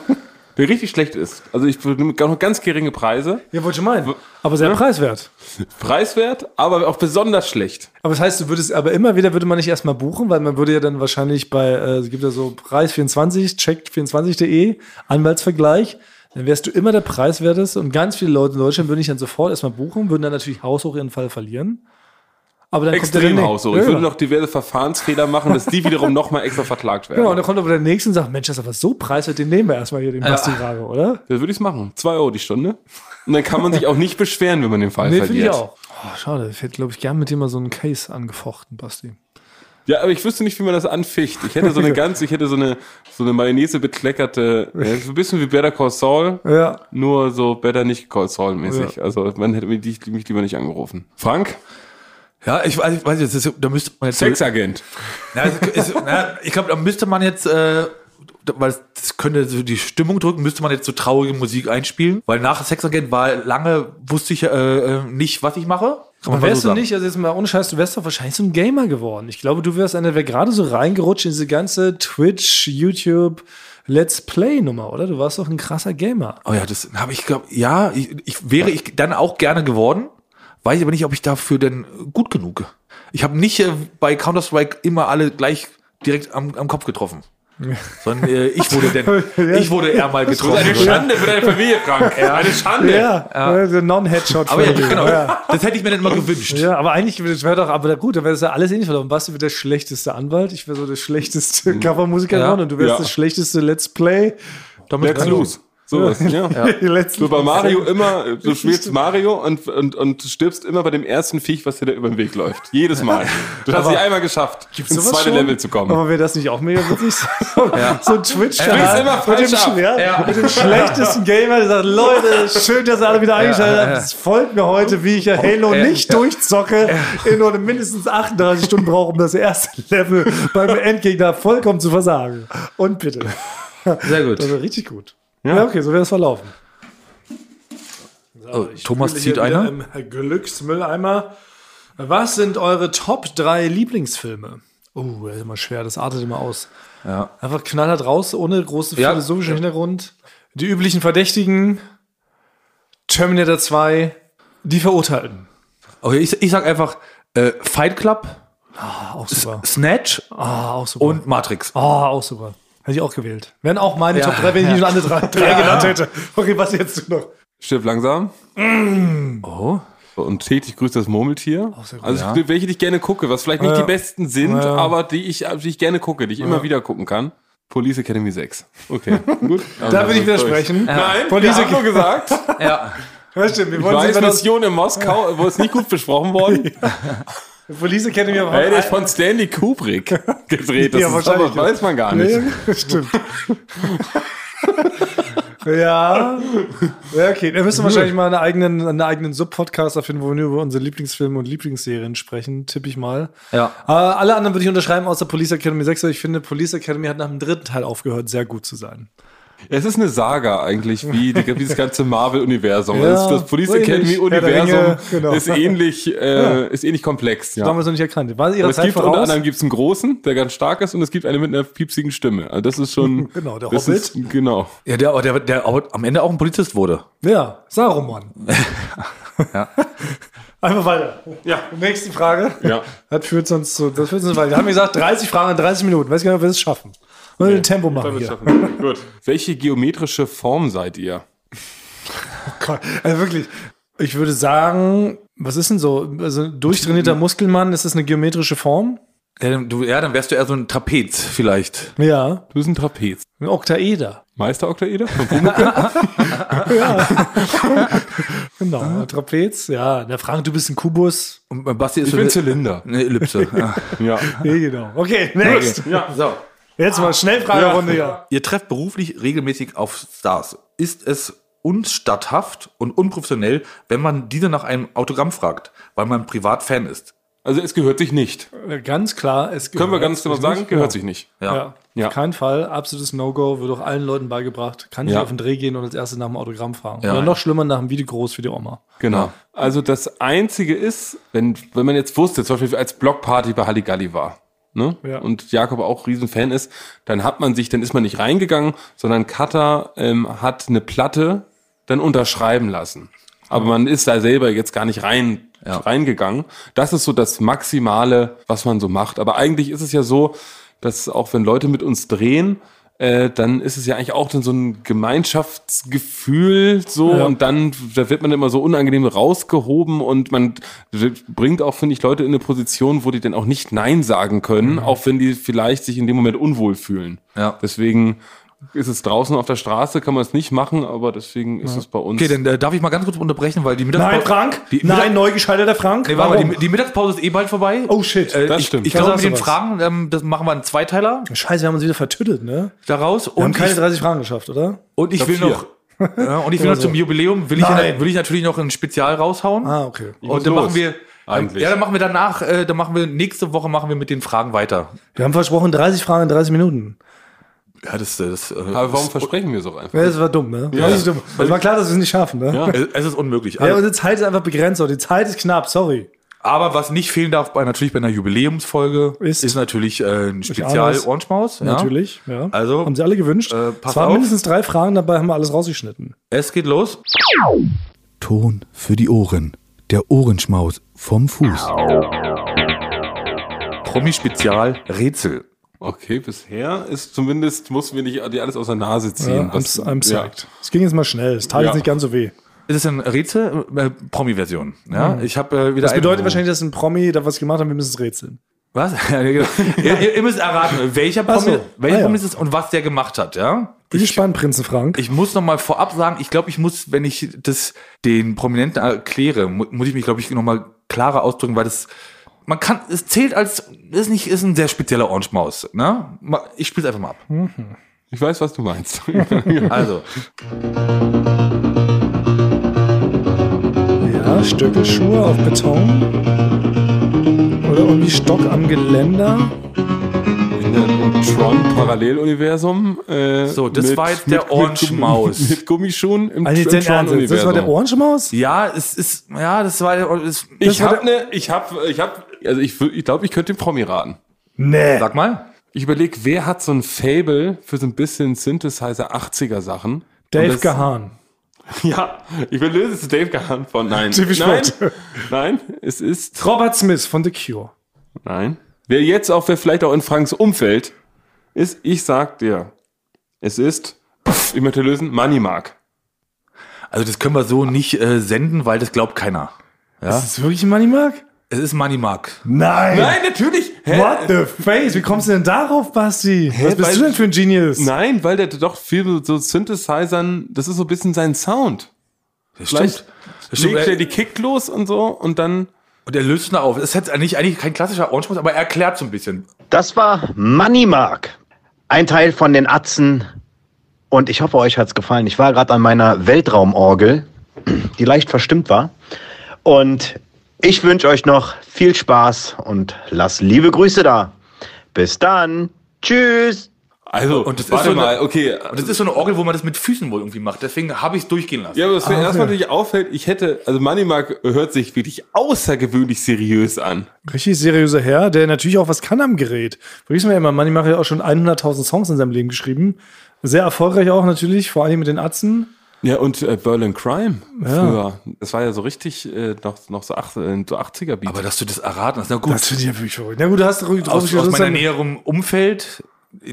Speaker 3: der richtig schlecht ist. Also ich nehme noch ganz geringe Preise.
Speaker 1: Ja, wollte ich meinen. Aber sehr preiswert.
Speaker 3: Preiswert, aber auch besonders schlecht.
Speaker 1: Aber das heißt, du würdest, aber immer wieder würde man nicht erstmal buchen, weil man würde ja dann wahrscheinlich bei, äh, es gibt ja so Preis24, check24.de, Anwaltsvergleich, dann wärst du immer der Preiswerteste und ganz viele Leute in Deutschland würden dich dann sofort erstmal buchen, würden dann natürlich haushoch ihren Fall verlieren. Aber dann kommt der
Speaker 3: Extrem
Speaker 1: René-
Speaker 3: haushoch.
Speaker 1: Ja,
Speaker 3: Ich würde
Speaker 1: genau.
Speaker 3: noch diverse Verfahrensfehler machen, dass die wiederum nochmal extra verklagt werden.
Speaker 1: Genau, und dann kommt aber der nächste und sagt, Mensch, das ist aber so preiswert, den nehmen wir erstmal hier, den Basti Rage, oder?
Speaker 3: Das würde ich machen. Zwei Euro die Stunde. Und dann kann man sich auch nicht beschweren, wenn man den Fall
Speaker 1: Nee, finde
Speaker 3: verliert.
Speaker 1: ich auch. Oh, schade, ich hätte, glaube ich, gern mit dir mal so einen Case angefochten, Basti.
Speaker 3: Ja, aber ich wüsste nicht, wie man das anficht. Ich hätte so eine ganz, ich hätte so eine, so eine Mayonnaise bekleckerte, ja, so ein bisschen wie Better Call Saul,
Speaker 1: Ja.
Speaker 3: nur so Better nicht Call Saul mäßig. Also man hätte mich, die- mich lieber nicht angerufen. Frank,
Speaker 2: Ja, ich weiß, ich weiß jetzt, das ist- da müsste man jetzt.
Speaker 3: Sexagent.
Speaker 2: Na, es ist, na, ich glaube, da müsste man jetzt, äh, da- weil es- das könnte so die Stimmung drücken, müsste man jetzt so traurige Musik einspielen. Weil nach Sexagent war lange, wusste ich äh, äh, nicht, was ich mache. Kann
Speaker 1: Aber
Speaker 2: mal
Speaker 1: wärst du
Speaker 2: so sagen.
Speaker 1: nicht, also jetzt mal ohne Scheiß, du wärst doch wahrscheinlich so ein Gamer geworden. Ich glaube, du wärst einer, der gerade so reingerutscht in diese ganze Twitch, YouTube, Let's Play-Nummer, oder? Du warst doch ein krasser Gamer.
Speaker 2: Oh ja, das habe ich, glaube ja, ich, ich wäre ich dann auch gerne geworden. Weiß aber nicht, ob ich dafür denn gut genug. Ich habe nicht äh, bei Counter-Strike immer alle gleich direkt am, am Kopf getroffen. Sondern äh, ich wurde denn, ich wurde eher mal getroffen.
Speaker 3: für deine Familie, Frank. Eine Schande.
Speaker 1: ja. so Non-Headshot.
Speaker 2: Aber ja,
Speaker 1: von dir.
Speaker 2: genau.
Speaker 1: Ja.
Speaker 2: Das hätte ich mir dann immer gewünscht.
Speaker 1: Ja, aber eigentlich das wäre doch, aber gut, dann wäre das ja alles ähnlich verlaufen. Basti wird der schlechteste Anwalt, ich wäre so der schlechteste Covermusiker
Speaker 2: Ja.
Speaker 1: geworden und du wärst
Speaker 3: Ja.
Speaker 1: der schlechteste Let's Play.
Speaker 2: Damit
Speaker 3: Let's
Speaker 2: kann-
Speaker 3: lose. Sowas, ja.
Speaker 1: Let's
Speaker 3: Du bei Mario immer, äh, du spielst Mario und, und, und stirbst immer bei dem ersten Viech, was dir da über den Weg läuft. Jedes Mal. Du hast
Speaker 1: Aber-
Speaker 3: es einmal geschafft,
Speaker 1: Gibt's
Speaker 3: ins
Speaker 1: sowas
Speaker 3: zweite
Speaker 1: schon?
Speaker 3: Level zu kommen.
Speaker 1: Aber wäre das nicht auch mega witzig? So, so ein
Speaker 3: Spielst
Speaker 1: Twitch-Kanal
Speaker 3: immer
Speaker 1: mit, dem
Speaker 3: falsch ab.
Speaker 1: Sch- ja, mit dem schlechtesten Gamer, der sagt, Leute, schön, dass ihr alle wieder eingeschaltet
Speaker 2: ja,
Speaker 1: habt.
Speaker 2: ja.
Speaker 1: Es folgt mir heute, wie ich ja Halo
Speaker 2: ja,
Speaker 1: nicht durchzocke, in nur mindestens 38 Stunden brauche, um das erste Level beim Endgegner vollkommen zu versagen. Und bitte.
Speaker 2: Sehr gut.
Speaker 1: Das wäre richtig gut. Ja, okay, so wäre es verlaufen.
Speaker 2: Oh, Thomas zieht einer.
Speaker 1: Im Glücksmülleimer. Was sind eure Top 3 Lieblingsfilme? Oh, das ist immer schwer, das artet immer aus.
Speaker 2: Ja.
Speaker 1: Einfach knallhart raus, ohne großen
Speaker 2: Ja.
Speaker 1: philosophischen Hintergrund. Die üblichen Verdächtigen, Terminator 2, die Verurteilten.
Speaker 2: Okay, ich, ich sag einfach äh, Fight Club,
Speaker 1: Ah, auch super.
Speaker 2: Snatch
Speaker 1: Ah, auch super.
Speaker 2: und Matrix.
Speaker 1: Ah, auch super. Hätte ich auch gewählt. Wären auch meine
Speaker 2: Ja.
Speaker 1: Top 3, wenn ich nicht schon andere drei, drei genannt hätte. Okay, was jetzt noch?
Speaker 3: Stirb langsam.
Speaker 2: Oh.
Speaker 3: Und täglich grüßt das Murmeltier.
Speaker 1: Mm. sehr gut,
Speaker 3: Also ich- welche die ich gerne gucke, was vielleicht nicht
Speaker 1: Ja.
Speaker 3: die besten sind,
Speaker 1: Ja.
Speaker 3: aber die ich, die ich gerne gucke, die ich immer wieder gucken kann. Police Academy 6. Okay, gut. Also
Speaker 1: Da will ich widersprechen.
Speaker 3: Nein,
Speaker 1: Police
Speaker 3: Police haben nur gesagt.
Speaker 2: Ja.
Speaker 1: Ja, stimmt, wir
Speaker 3: Ich
Speaker 1: wollen
Speaker 3: weiß,
Speaker 1: sehen, was
Speaker 3: Mission in Moskau, wo es nicht gut besprochen worden.
Speaker 1: das Police Academy aber
Speaker 3: Hätte ich von Stanley Kubrick gedreht. Das
Speaker 1: Ja,
Speaker 3: ist
Speaker 1: wahrscheinlich.
Speaker 3: aber, weiß man gar nicht.
Speaker 1: Ja, ja, stimmt. ja. ja, okay. Da müssen wir wahrscheinlich mal einen eigenen, einen eigenen Sub-Podcast erfinden, wo wir nur über unsere Lieblingsfilme und Lieblingsserien sprechen, tippe ich mal.
Speaker 2: Ja.
Speaker 1: Aber alle anderen würde ich unterschreiben, außer Police Academy 6, weil ich finde, Police Academy hat nach dem dritten Teil aufgehört, sehr gut zu sein.
Speaker 3: Es ist eine Saga eigentlich, wie die, dieses ganze Marvel-Universum.
Speaker 1: Ja,
Speaker 3: das, das Police
Speaker 1: so ähnlich. Herr der Ringe,
Speaker 3: Academy-Universum
Speaker 1: genau.
Speaker 3: ist ähnlich, äh, ist ähnlich komplex.
Speaker 1: Ja. Damals noch nicht erkannt. War ihrer
Speaker 3: Aber es
Speaker 1: Zeit
Speaker 3: gibt unter
Speaker 1: voraus?
Speaker 3: anderem gibt's einen großen, der ganz stark ist, und es gibt einen mit einer piepsigen Stimme. Also das ist schon.
Speaker 1: Genau, der
Speaker 3: das
Speaker 1: Hobbit.
Speaker 3: Ist, genau.
Speaker 2: Ja, der, aber der, der aber am Ende auch ein Polizist wurde.
Speaker 1: Ja, Saruman. Einfach weiter. Ja. Nächste Frage.
Speaker 3: Ja.
Speaker 1: Das führt sonst zu, das führt sonst weiter. Wir haben gesagt, 30 Fragen in 30 Minuten. Weiß gar nicht, ob wir das schaffen. Wollen wir ein Tempo machen hier.
Speaker 3: Gut. Welche geometrische Form seid ihr?
Speaker 1: Gott, also wirklich. Ich würde sagen, was ist denn so? Also durchtrainierter Muskelmann, ist das eine geometrische Form?
Speaker 2: Ja, dann- du, ja, dann wärst du eher so ein Trapez vielleicht.
Speaker 1: Ja.
Speaker 3: Du bist ein Trapez.
Speaker 1: Ein Oktaeder.
Speaker 3: Meisteroktaeder?
Speaker 1: Genau. Ein Trapez, ja. Der Frank, du bist ein Kubus.
Speaker 2: Und äh, Basti ist
Speaker 3: Ich
Speaker 2: so
Speaker 3: bin
Speaker 2: eine,
Speaker 3: Zylinder.
Speaker 2: eine Ellipse. Ah, Ja.
Speaker 3: Ja.
Speaker 1: Ja, genau. Okay, next.
Speaker 2: Ja. So.
Speaker 1: Jetzt mal Schnellfragerunde hier.
Speaker 2: Ihr trefft beruflich regelmäßig auf Stars. Ist es unstatthaft und unprofessionell, wenn man diese nach einem Autogramm fragt, weil man privat Fan ist.
Speaker 3: Also es gehört sich nicht.
Speaker 1: Äh, Ganz klar, es
Speaker 3: Können wir ganz genau
Speaker 1: genau
Speaker 3: sagen, gehört sich nicht.
Speaker 1: Ja.
Speaker 2: Ja.
Speaker 1: Ja.
Speaker 3: Ja.
Speaker 1: Auf keinen Fall, absolutes No-Go, wird auch allen Leuten beigebracht. Kann nicht
Speaker 3: Ja.
Speaker 1: auf den Dreh gehen und als erstes nach dem Autogramm fragen.
Speaker 2: Ja.
Speaker 1: Oder noch schlimmer, nach dem Video groß für die Oma.
Speaker 3: Genau. Also das Einzige ist, wenn, wenn man jetzt wusste, zum Beispiel als Blockparty bei Halligalli war, ne?
Speaker 1: Ja.
Speaker 3: und Jakob auch Riesenfan ist, dann hat man sich, dann ist man nicht reingegangen, sondern Cutter ähm, hat eine Platte dann unterschreiben lassen. Aber man ist da selber jetzt gar nicht rein,
Speaker 2: Ja.
Speaker 3: reingegangen. Das ist so das Maximale, was man so macht. Aber eigentlich ist es ja so, dass auch wenn Leute mit uns drehen, äh, dann ist es ja eigentlich auch dann so ein Gemeinschaftsgefühl so
Speaker 1: Ja.
Speaker 3: und dann da wird man immer so unangenehm rausgehoben und man bringt auch, finde ich, Leute in eine Position, wo die dann auch nicht Nein sagen
Speaker 1: Mhm.
Speaker 3: können, auch wenn die vielleicht sich in dem Moment unwohl fühlen.
Speaker 2: Ja.
Speaker 3: Deswegen ist es draußen auf der Straße, kann man es nicht machen, aber deswegen ist es bei uns.
Speaker 2: Okay, dann äh, darf ich mal ganz kurz unterbrechen, weil die Mittagspause.
Speaker 1: Nein, Frank!
Speaker 2: Die
Speaker 1: Nein,
Speaker 2: Mittag-
Speaker 1: neu gescheiterter Frank!
Speaker 2: Nee, warte, mal, die, die Mittagspause ist eh bald vorbei.
Speaker 1: oh shit!
Speaker 2: Äh,
Speaker 3: das
Speaker 2: ich,
Speaker 3: stimmt.
Speaker 2: Ich glaube,
Speaker 1: Versuch
Speaker 2: mit den
Speaker 1: sowas.
Speaker 2: Fragen, ähm, das machen wir einen Zweiteiler
Speaker 1: Scheiße, wir haben uns wieder vertüttelt, ne?
Speaker 2: daraus.
Speaker 1: Wir haben
Speaker 2: Und
Speaker 1: keine
Speaker 2: ich,
Speaker 1: 30 Fragen geschafft, oder?
Speaker 2: und ich will
Speaker 3: vier.
Speaker 2: noch. Ja, und ich will noch
Speaker 1: so.
Speaker 2: zum Jubiläum, will ich,
Speaker 1: Nein.
Speaker 2: will ich natürlich noch ein Spezial raushauen.
Speaker 1: Ah, okay.
Speaker 2: und dann
Speaker 3: los,
Speaker 2: machen wir. Ähm,
Speaker 3: eigentlich.
Speaker 2: ja, dann machen wir danach, äh, dann machen wir nächste Woche machen wir mit den Fragen weiter.
Speaker 1: Wir haben versprochen, 30 Fragen in 30 Minuten.
Speaker 2: Ja, das, das, äh,
Speaker 3: aber warum versprechen wir es auch einfach?
Speaker 1: Ja, das war dumm, ne?
Speaker 3: Ja.
Speaker 1: War nicht dumm. Also war klar, dass wir es nicht schaffen, ne? Ja.
Speaker 2: es, es ist unmöglich.
Speaker 1: Ja,
Speaker 2: Also,
Speaker 1: unsere Zeit ist einfach begrenzt, und die Zeit ist knapp, sorry.
Speaker 2: aber was nicht fehlen darf, bei, natürlich bei einer Jubiläumsfolge,
Speaker 1: Ist-
Speaker 2: ist, natürlich äh, ein Spezial
Speaker 1: ahne es.
Speaker 2: Orange Maus. Ja.
Speaker 1: Natürlich, ja.
Speaker 2: Also,
Speaker 1: haben sie alle gewünscht.
Speaker 2: äh,
Speaker 1: es
Speaker 2: pass
Speaker 1: waren
Speaker 2: auf.
Speaker 1: mindestens drei Fragen, dabei haben wir alles rausgeschnitten.
Speaker 2: Es geht los.
Speaker 4: Ton für die Ohren. Der Ohrenschmaus vom Fuß.
Speaker 2: Promi-Spezial Rätsel.
Speaker 3: Okay, bisher ist zumindest, mussten wir nicht die alles aus der Nase
Speaker 1: Ja,
Speaker 3: ziehen.
Speaker 1: I'm,
Speaker 3: was-
Speaker 1: I'm
Speaker 3: ja.
Speaker 1: psyched. Es ging jetzt mal schnell, es tat
Speaker 3: Ja.
Speaker 1: jetzt nicht ganz so weh.
Speaker 2: Es ist ein Rätsel, äh, Promi-Version. Ja, ich habe äh, wieder.
Speaker 1: Mhm. Das
Speaker 2: ein-
Speaker 1: bedeutet wahrscheinlich, dass ein Promi da was gemacht hat, wir müssen es rätseln.
Speaker 2: Was? Ja, genau. ihr, ihr- ihr müsst erraten, welcher Promi,
Speaker 1: so.
Speaker 2: welcher
Speaker 1: Ah, ja.
Speaker 2: Promi es ist und was der gemacht hat. Ja.
Speaker 1: Bin gespannt, Prinzen Frank.
Speaker 2: Ich muss noch mal vorab sagen, ich glaube, ich muss, wenn ich das den Prominenten erkläre, mu muss ich mich, glaube ich, noch mal klarer ausdrücken, weil das man kann, es zählt als ist nicht ist ein sehr spezieller Orange Maus. Ne? Ma- Ich spiele es einfach mal ab.
Speaker 3: Ich weiß, was du meinst.
Speaker 2: Also
Speaker 1: ja, Stöckelschuhe auf Beton. Oder irgendwie Stock am Geländer.
Speaker 3: In einem Tron-Paralleluniversum. Äh,
Speaker 2: So, das war jetzt der
Speaker 3: Gummi-
Speaker 2: Orange-Maus.
Speaker 3: Mit Gummischuhen im
Speaker 1: Also jetzt dein Ernst, jetzt? das war der
Speaker 3: Tron-Universum.
Speaker 1: Ohrenschmaus?
Speaker 2: ja, es ist ja, das war das,
Speaker 3: Ich habe ne, ich habe, ich habe, also ich, wür- ich glaube, ich könnte den Promi raten.
Speaker 1: Nee.
Speaker 2: sag mal.
Speaker 3: Ich überlege, wer hat so ein Fable für so ein bisschen Synthesizer 80er Sachen? Und
Speaker 1: Dave
Speaker 3: das-
Speaker 1: Gahan.
Speaker 3: Ja, ich will lösen, es ist Dave Gahan von Nein.
Speaker 1: Typisch
Speaker 3: nein,
Speaker 1: Gott.
Speaker 3: nein, es ist
Speaker 1: Robert Smith von The Cure.
Speaker 3: Nein. Wer jetzt auch, wer vielleicht auch in Franks Umfeld ist, ich sag dir, es ist, pff, ich möchte lösen, Money Mark.
Speaker 2: Also das können wir so nicht äh, senden, weil das glaubt keiner.
Speaker 1: Ist das wirklich ein Money Mark?
Speaker 2: Es ist Money Mark.
Speaker 1: Nein.
Speaker 3: natürlich. Hä?
Speaker 1: What the face? Wie kommst du denn darauf, Basti? Was bist
Speaker 3: Weil-
Speaker 1: du denn für ein Genius?
Speaker 3: Nein, weil der doch viel mit so Synthesizern, das ist so ein bisschen sein Sound.
Speaker 2: Das
Speaker 3: Vielleicht
Speaker 2: stimmt. Das stimmt.
Speaker 3: legt er die
Speaker 2: Er,
Speaker 3: Kick los und so und dann
Speaker 2: und er löst ihn auf. Das ist jetzt eigentlich, eigentlich kein klassischer Orange Mouse, aber er erklärt so ein bisschen.
Speaker 5: Das war Money Mark. Ein Teil von den Atzen. Und ich hoffe, euch hat's gefallen. Ich war gerade an meiner Weltraumorgel, die leicht verstimmt war. Und ich wünsche euch noch viel Spaß und lasst liebe Grüße da. Bis dann. Tschüss.
Speaker 3: also
Speaker 2: Und das ist
Speaker 3: warte
Speaker 2: so eine-
Speaker 3: mal, okay.
Speaker 2: Und das ist so eine Orgel, wo man das mit Füßen wohl irgendwie macht. Deswegen habe ich es durchgehen lassen.
Speaker 3: Ja, aber was mir
Speaker 1: Ah,
Speaker 3: erstmal
Speaker 1: okay.
Speaker 3: natürlich auffällt, ich hätte, also Money Mark hört sich wirklich außergewöhnlich seriös an.
Speaker 1: Richtig seriöser Herr, der natürlich auch was kann am Gerät. Vergiss mal immer, Money Mark hat auch schon 100.000 Songs in seinem Leben geschrieben. Sehr erfolgreich auch natürlich, vor allem mit den Atzen.
Speaker 3: Ja, und äh, Berlin Crime früher. Das war ja so richtig äh, noch, noch so, ach, äh, so 80er Beat.
Speaker 2: Aber dass du das erraten hast, na gut.
Speaker 1: Das finde ich ja wirklich verrückt. Na gut, du hast ruhig drauf
Speaker 2: aus, aus meiner näheren Umfeld,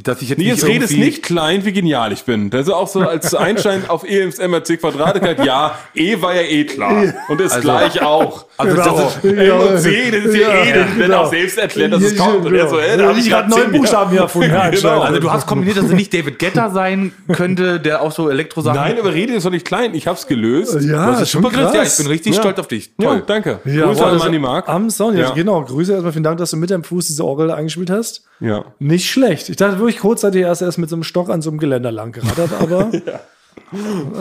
Speaker 2: dass ich jetzt
Speaker 3: Nee,
Speaker 2: nicht
Speaker 3: jetzt redest
Speaker 2: irgendwie-
Speaker 3: nicht klein, wie genial ich bin. Das ist auch so als Einstein auf E ins MRC Quadrat. Ja, E war ja eh klar. Und ist
Speaker 2: Also-
Speaker 3: gleich auch.
Speaker 2: Also das ist,
Speaker 3: M und C, das ist Genau. ja, eh, das wird
Speaker 1: genau.
Speaker 3: auch selbst erklärt, dass es kommt. Und er so, ey, da hab
Speaker 1: ich
Speaker 3: ich
Speaker 1: gerade
Speaker 3: grad
Speaker 1: neun
Speaker 3: zehn
Speaker 1: Buchstaben hier erfunden. Ja,
Speaker 3: Genau.
Speaker 1: anscheinend.
Speaker 2: also du hast kombiniert, dass es nicht David Getter sein könnte, der auch so Elektro-Sachen...
Speaker 3: Nein, aber rede ist doch nicht klein. Ich hab's gelöst.
Speaker 1: Äh, ja,
Speaker 2: du hast es schon begriffen. Ja, ich bin richtig
Speaker 3: Ja.
Speaker 2: stolz auf dich.
Speaker 3: Ja,
Speaker 2: Toll.
Speaker 3: danke.
Speaker 1: Ja,
Speaker 3: Grüße
Speaker 1: boah,
Speaker 3: an
Speaker 1: das-
Speaker 3: Manny Mark.
Speaker 1: Am Sony, also
Speaker 3: Ja.
Speaker 1: genau. Grüße erstmal, vielen Dank, dass du mit deinem Fuß diese Orgel eingespielt hast.
Speaker 3: Ja.
Speaker 1: Nicht schlecht. Ich dachte wirklich kurzzeitig erst erst mit so einem Stock an so einem Geländer lang gerattert, aber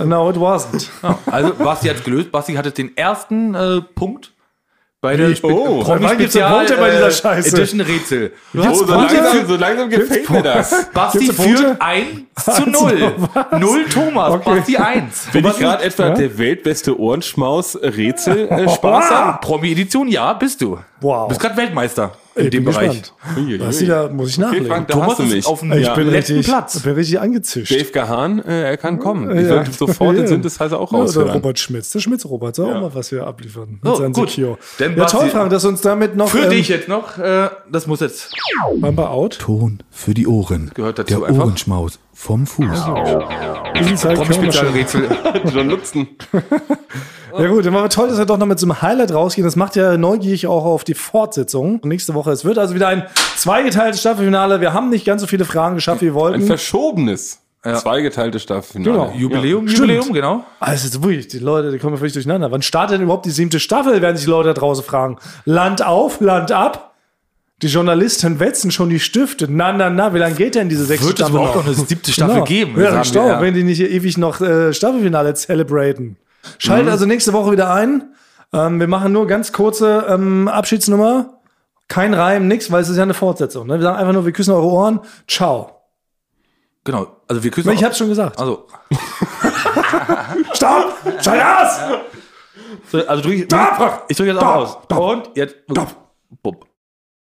Speaker 1: No, it wasn't.
Speaker 2: Ja, also Basti hat gelöst. Basti hatte den ersten äh, Punkt Äh, bei der Spe
Speaker 3: Oh,
Speaker 1: wann gibt's denn Punkte bei dieser Scheiße?
Speaker 2: Edition Rätsel. äh, Du
Speaker 3: Oh, so
Speaker 2: Punkte.
Speaker 3: langsam, so langsam gefällt mir das.
Speaker 2: Basti
Speaker 1: Gibt's Punkte? Also,
Speaker 2: führt 1 zu 0. 0 Thomas, Basti 1.
Speaker 3: Bin ich gerade etwa der weltbeste äh, Ohrenschmaus-Rätsel-Spaß
Speaker 2: Ah, Promi-Edition, ja, bist du.
Speaker 1: Wow.
Speaker 2: Bist gerade Weltmeister in
Speaker 1: Ich
Speaker 2: dem
Speaker 1: bin
Speaker 2: Bereich.
Speaker 1: gespannt. Was die da muss ich nachlegen.
Speaker 3: Frank, da
Speaker 2: Thomas
Speaker 3: hast du
Speaker 2: ist
Speaker 3: mich.
Speaker 2: auf dem
Speaker 1: ich
Speaker 2: ja,
Speaker 1: bin
Speaker 2: letzten
Speaker 1: richtig,
Speaker 2: Platz.
Speaker 1: bin richtig angezischt.
Speaker 3: Dave Gahan, äh, er kann kommen. Ich
Speaker 1: Ja.
Speaker 3: würde sofort den Synthesizer auch
Speaker 1: Ja, Oder
Speaker 3: raushören.
Speaker 1: Robert Schmitz. Der Schmitz Robert soll auch mal was wir abliefern.
Speaker 2: So,
Speaker 3: Oh,
Speaker 1: mit seinem
Speaker 2: gut.
Speaker 1: Secure.
Speaker 2: Dann
Speaker 1: ja,
Speaker 2: Basti-
Speaker 1: toll, Frank, dass du uns damit noch
Speaker 2: Für
Speaker 1: ähm,
Speaker 2: dich jetzt noch, äh, das muss jetzt
Speaker 1: Bamba out.
Speaker 4: Ton für die Ohren.
Speaker 2: Gehört dazu
Speaker 4: der
Speaker 2: einfach.
Speaker 4: Ohrenschmaus vom Fuß.
Speaker 1: Bisschen Zeit können wir noch schon.
Speaker 2: Promi-Spezialrätsel.
Speaker 3: John Nutzen.
Speaker 1: Ja gut, dann war toll, dass wir doch noch mit so einem Highlight rausgehen. Das macht ja neugierig auch auf die Fortsetzung. Nächste Woche. Es wird also wieder ein zweigeteiltes Staffelfinale. Wir haben nicht ganz so viele Fragen geschafft, wie wir
Speaker 3: Ein
Speaker 1: wollten.
Speaker 3: verschobenes, zweigeteiltes Staffelfinale.
Speaker 1: Genau.
Speaker 2: Jubiläum,
Speaker 1: Stimmt.
Speaker 2: Jubiläum, genau.
Speaker 1: Also jetzt wirklich, die Leute, die kommen völlig durcheinander. Wann startet denn überhaupt die siebte Staffel, werden sich die Leute da draußen fragen. Land auf, Land ab. Die Journalisten wetzen schon die Stifte. Na, na, na, wie lange geht denn diese sechste
Speaker 2: Wird es
Speaker 1: Staffel
Speaker 2: überhaupt noch eine siebte Staffel
Speaker 1: Genau.
Speaker 2: geben?
Speaker 1: Ja,
Speaker 2: sagen
Speaker 1: stopp,
Speaker 2: wir, ja.
Speaker 1: wenn die nicht hier ewig noch äh, Staffelfinale celebraten.
Speaker 2: Mhm.
Speaker 1: Schaltet also nächste Woche wieder ein. Ähm, wir machen nur ganz kurze ähm, Abschiedsnummer. Kein Reim, nix, weil es ist ja eine Fortsetzung. Ne? Wir sagen einfach nur, wir küssen eure Ohren. Ciao.
Speaker 2: Genau, also wir küssen
Speaker 1: Ich hab's schon gesagt.
Speaker 2: Also,
Speaker 1: Stopp! Schalt aus!
Speaker 2: so, also drück ich, ich drücke jetzt auch aus. Und jetzt. Bup.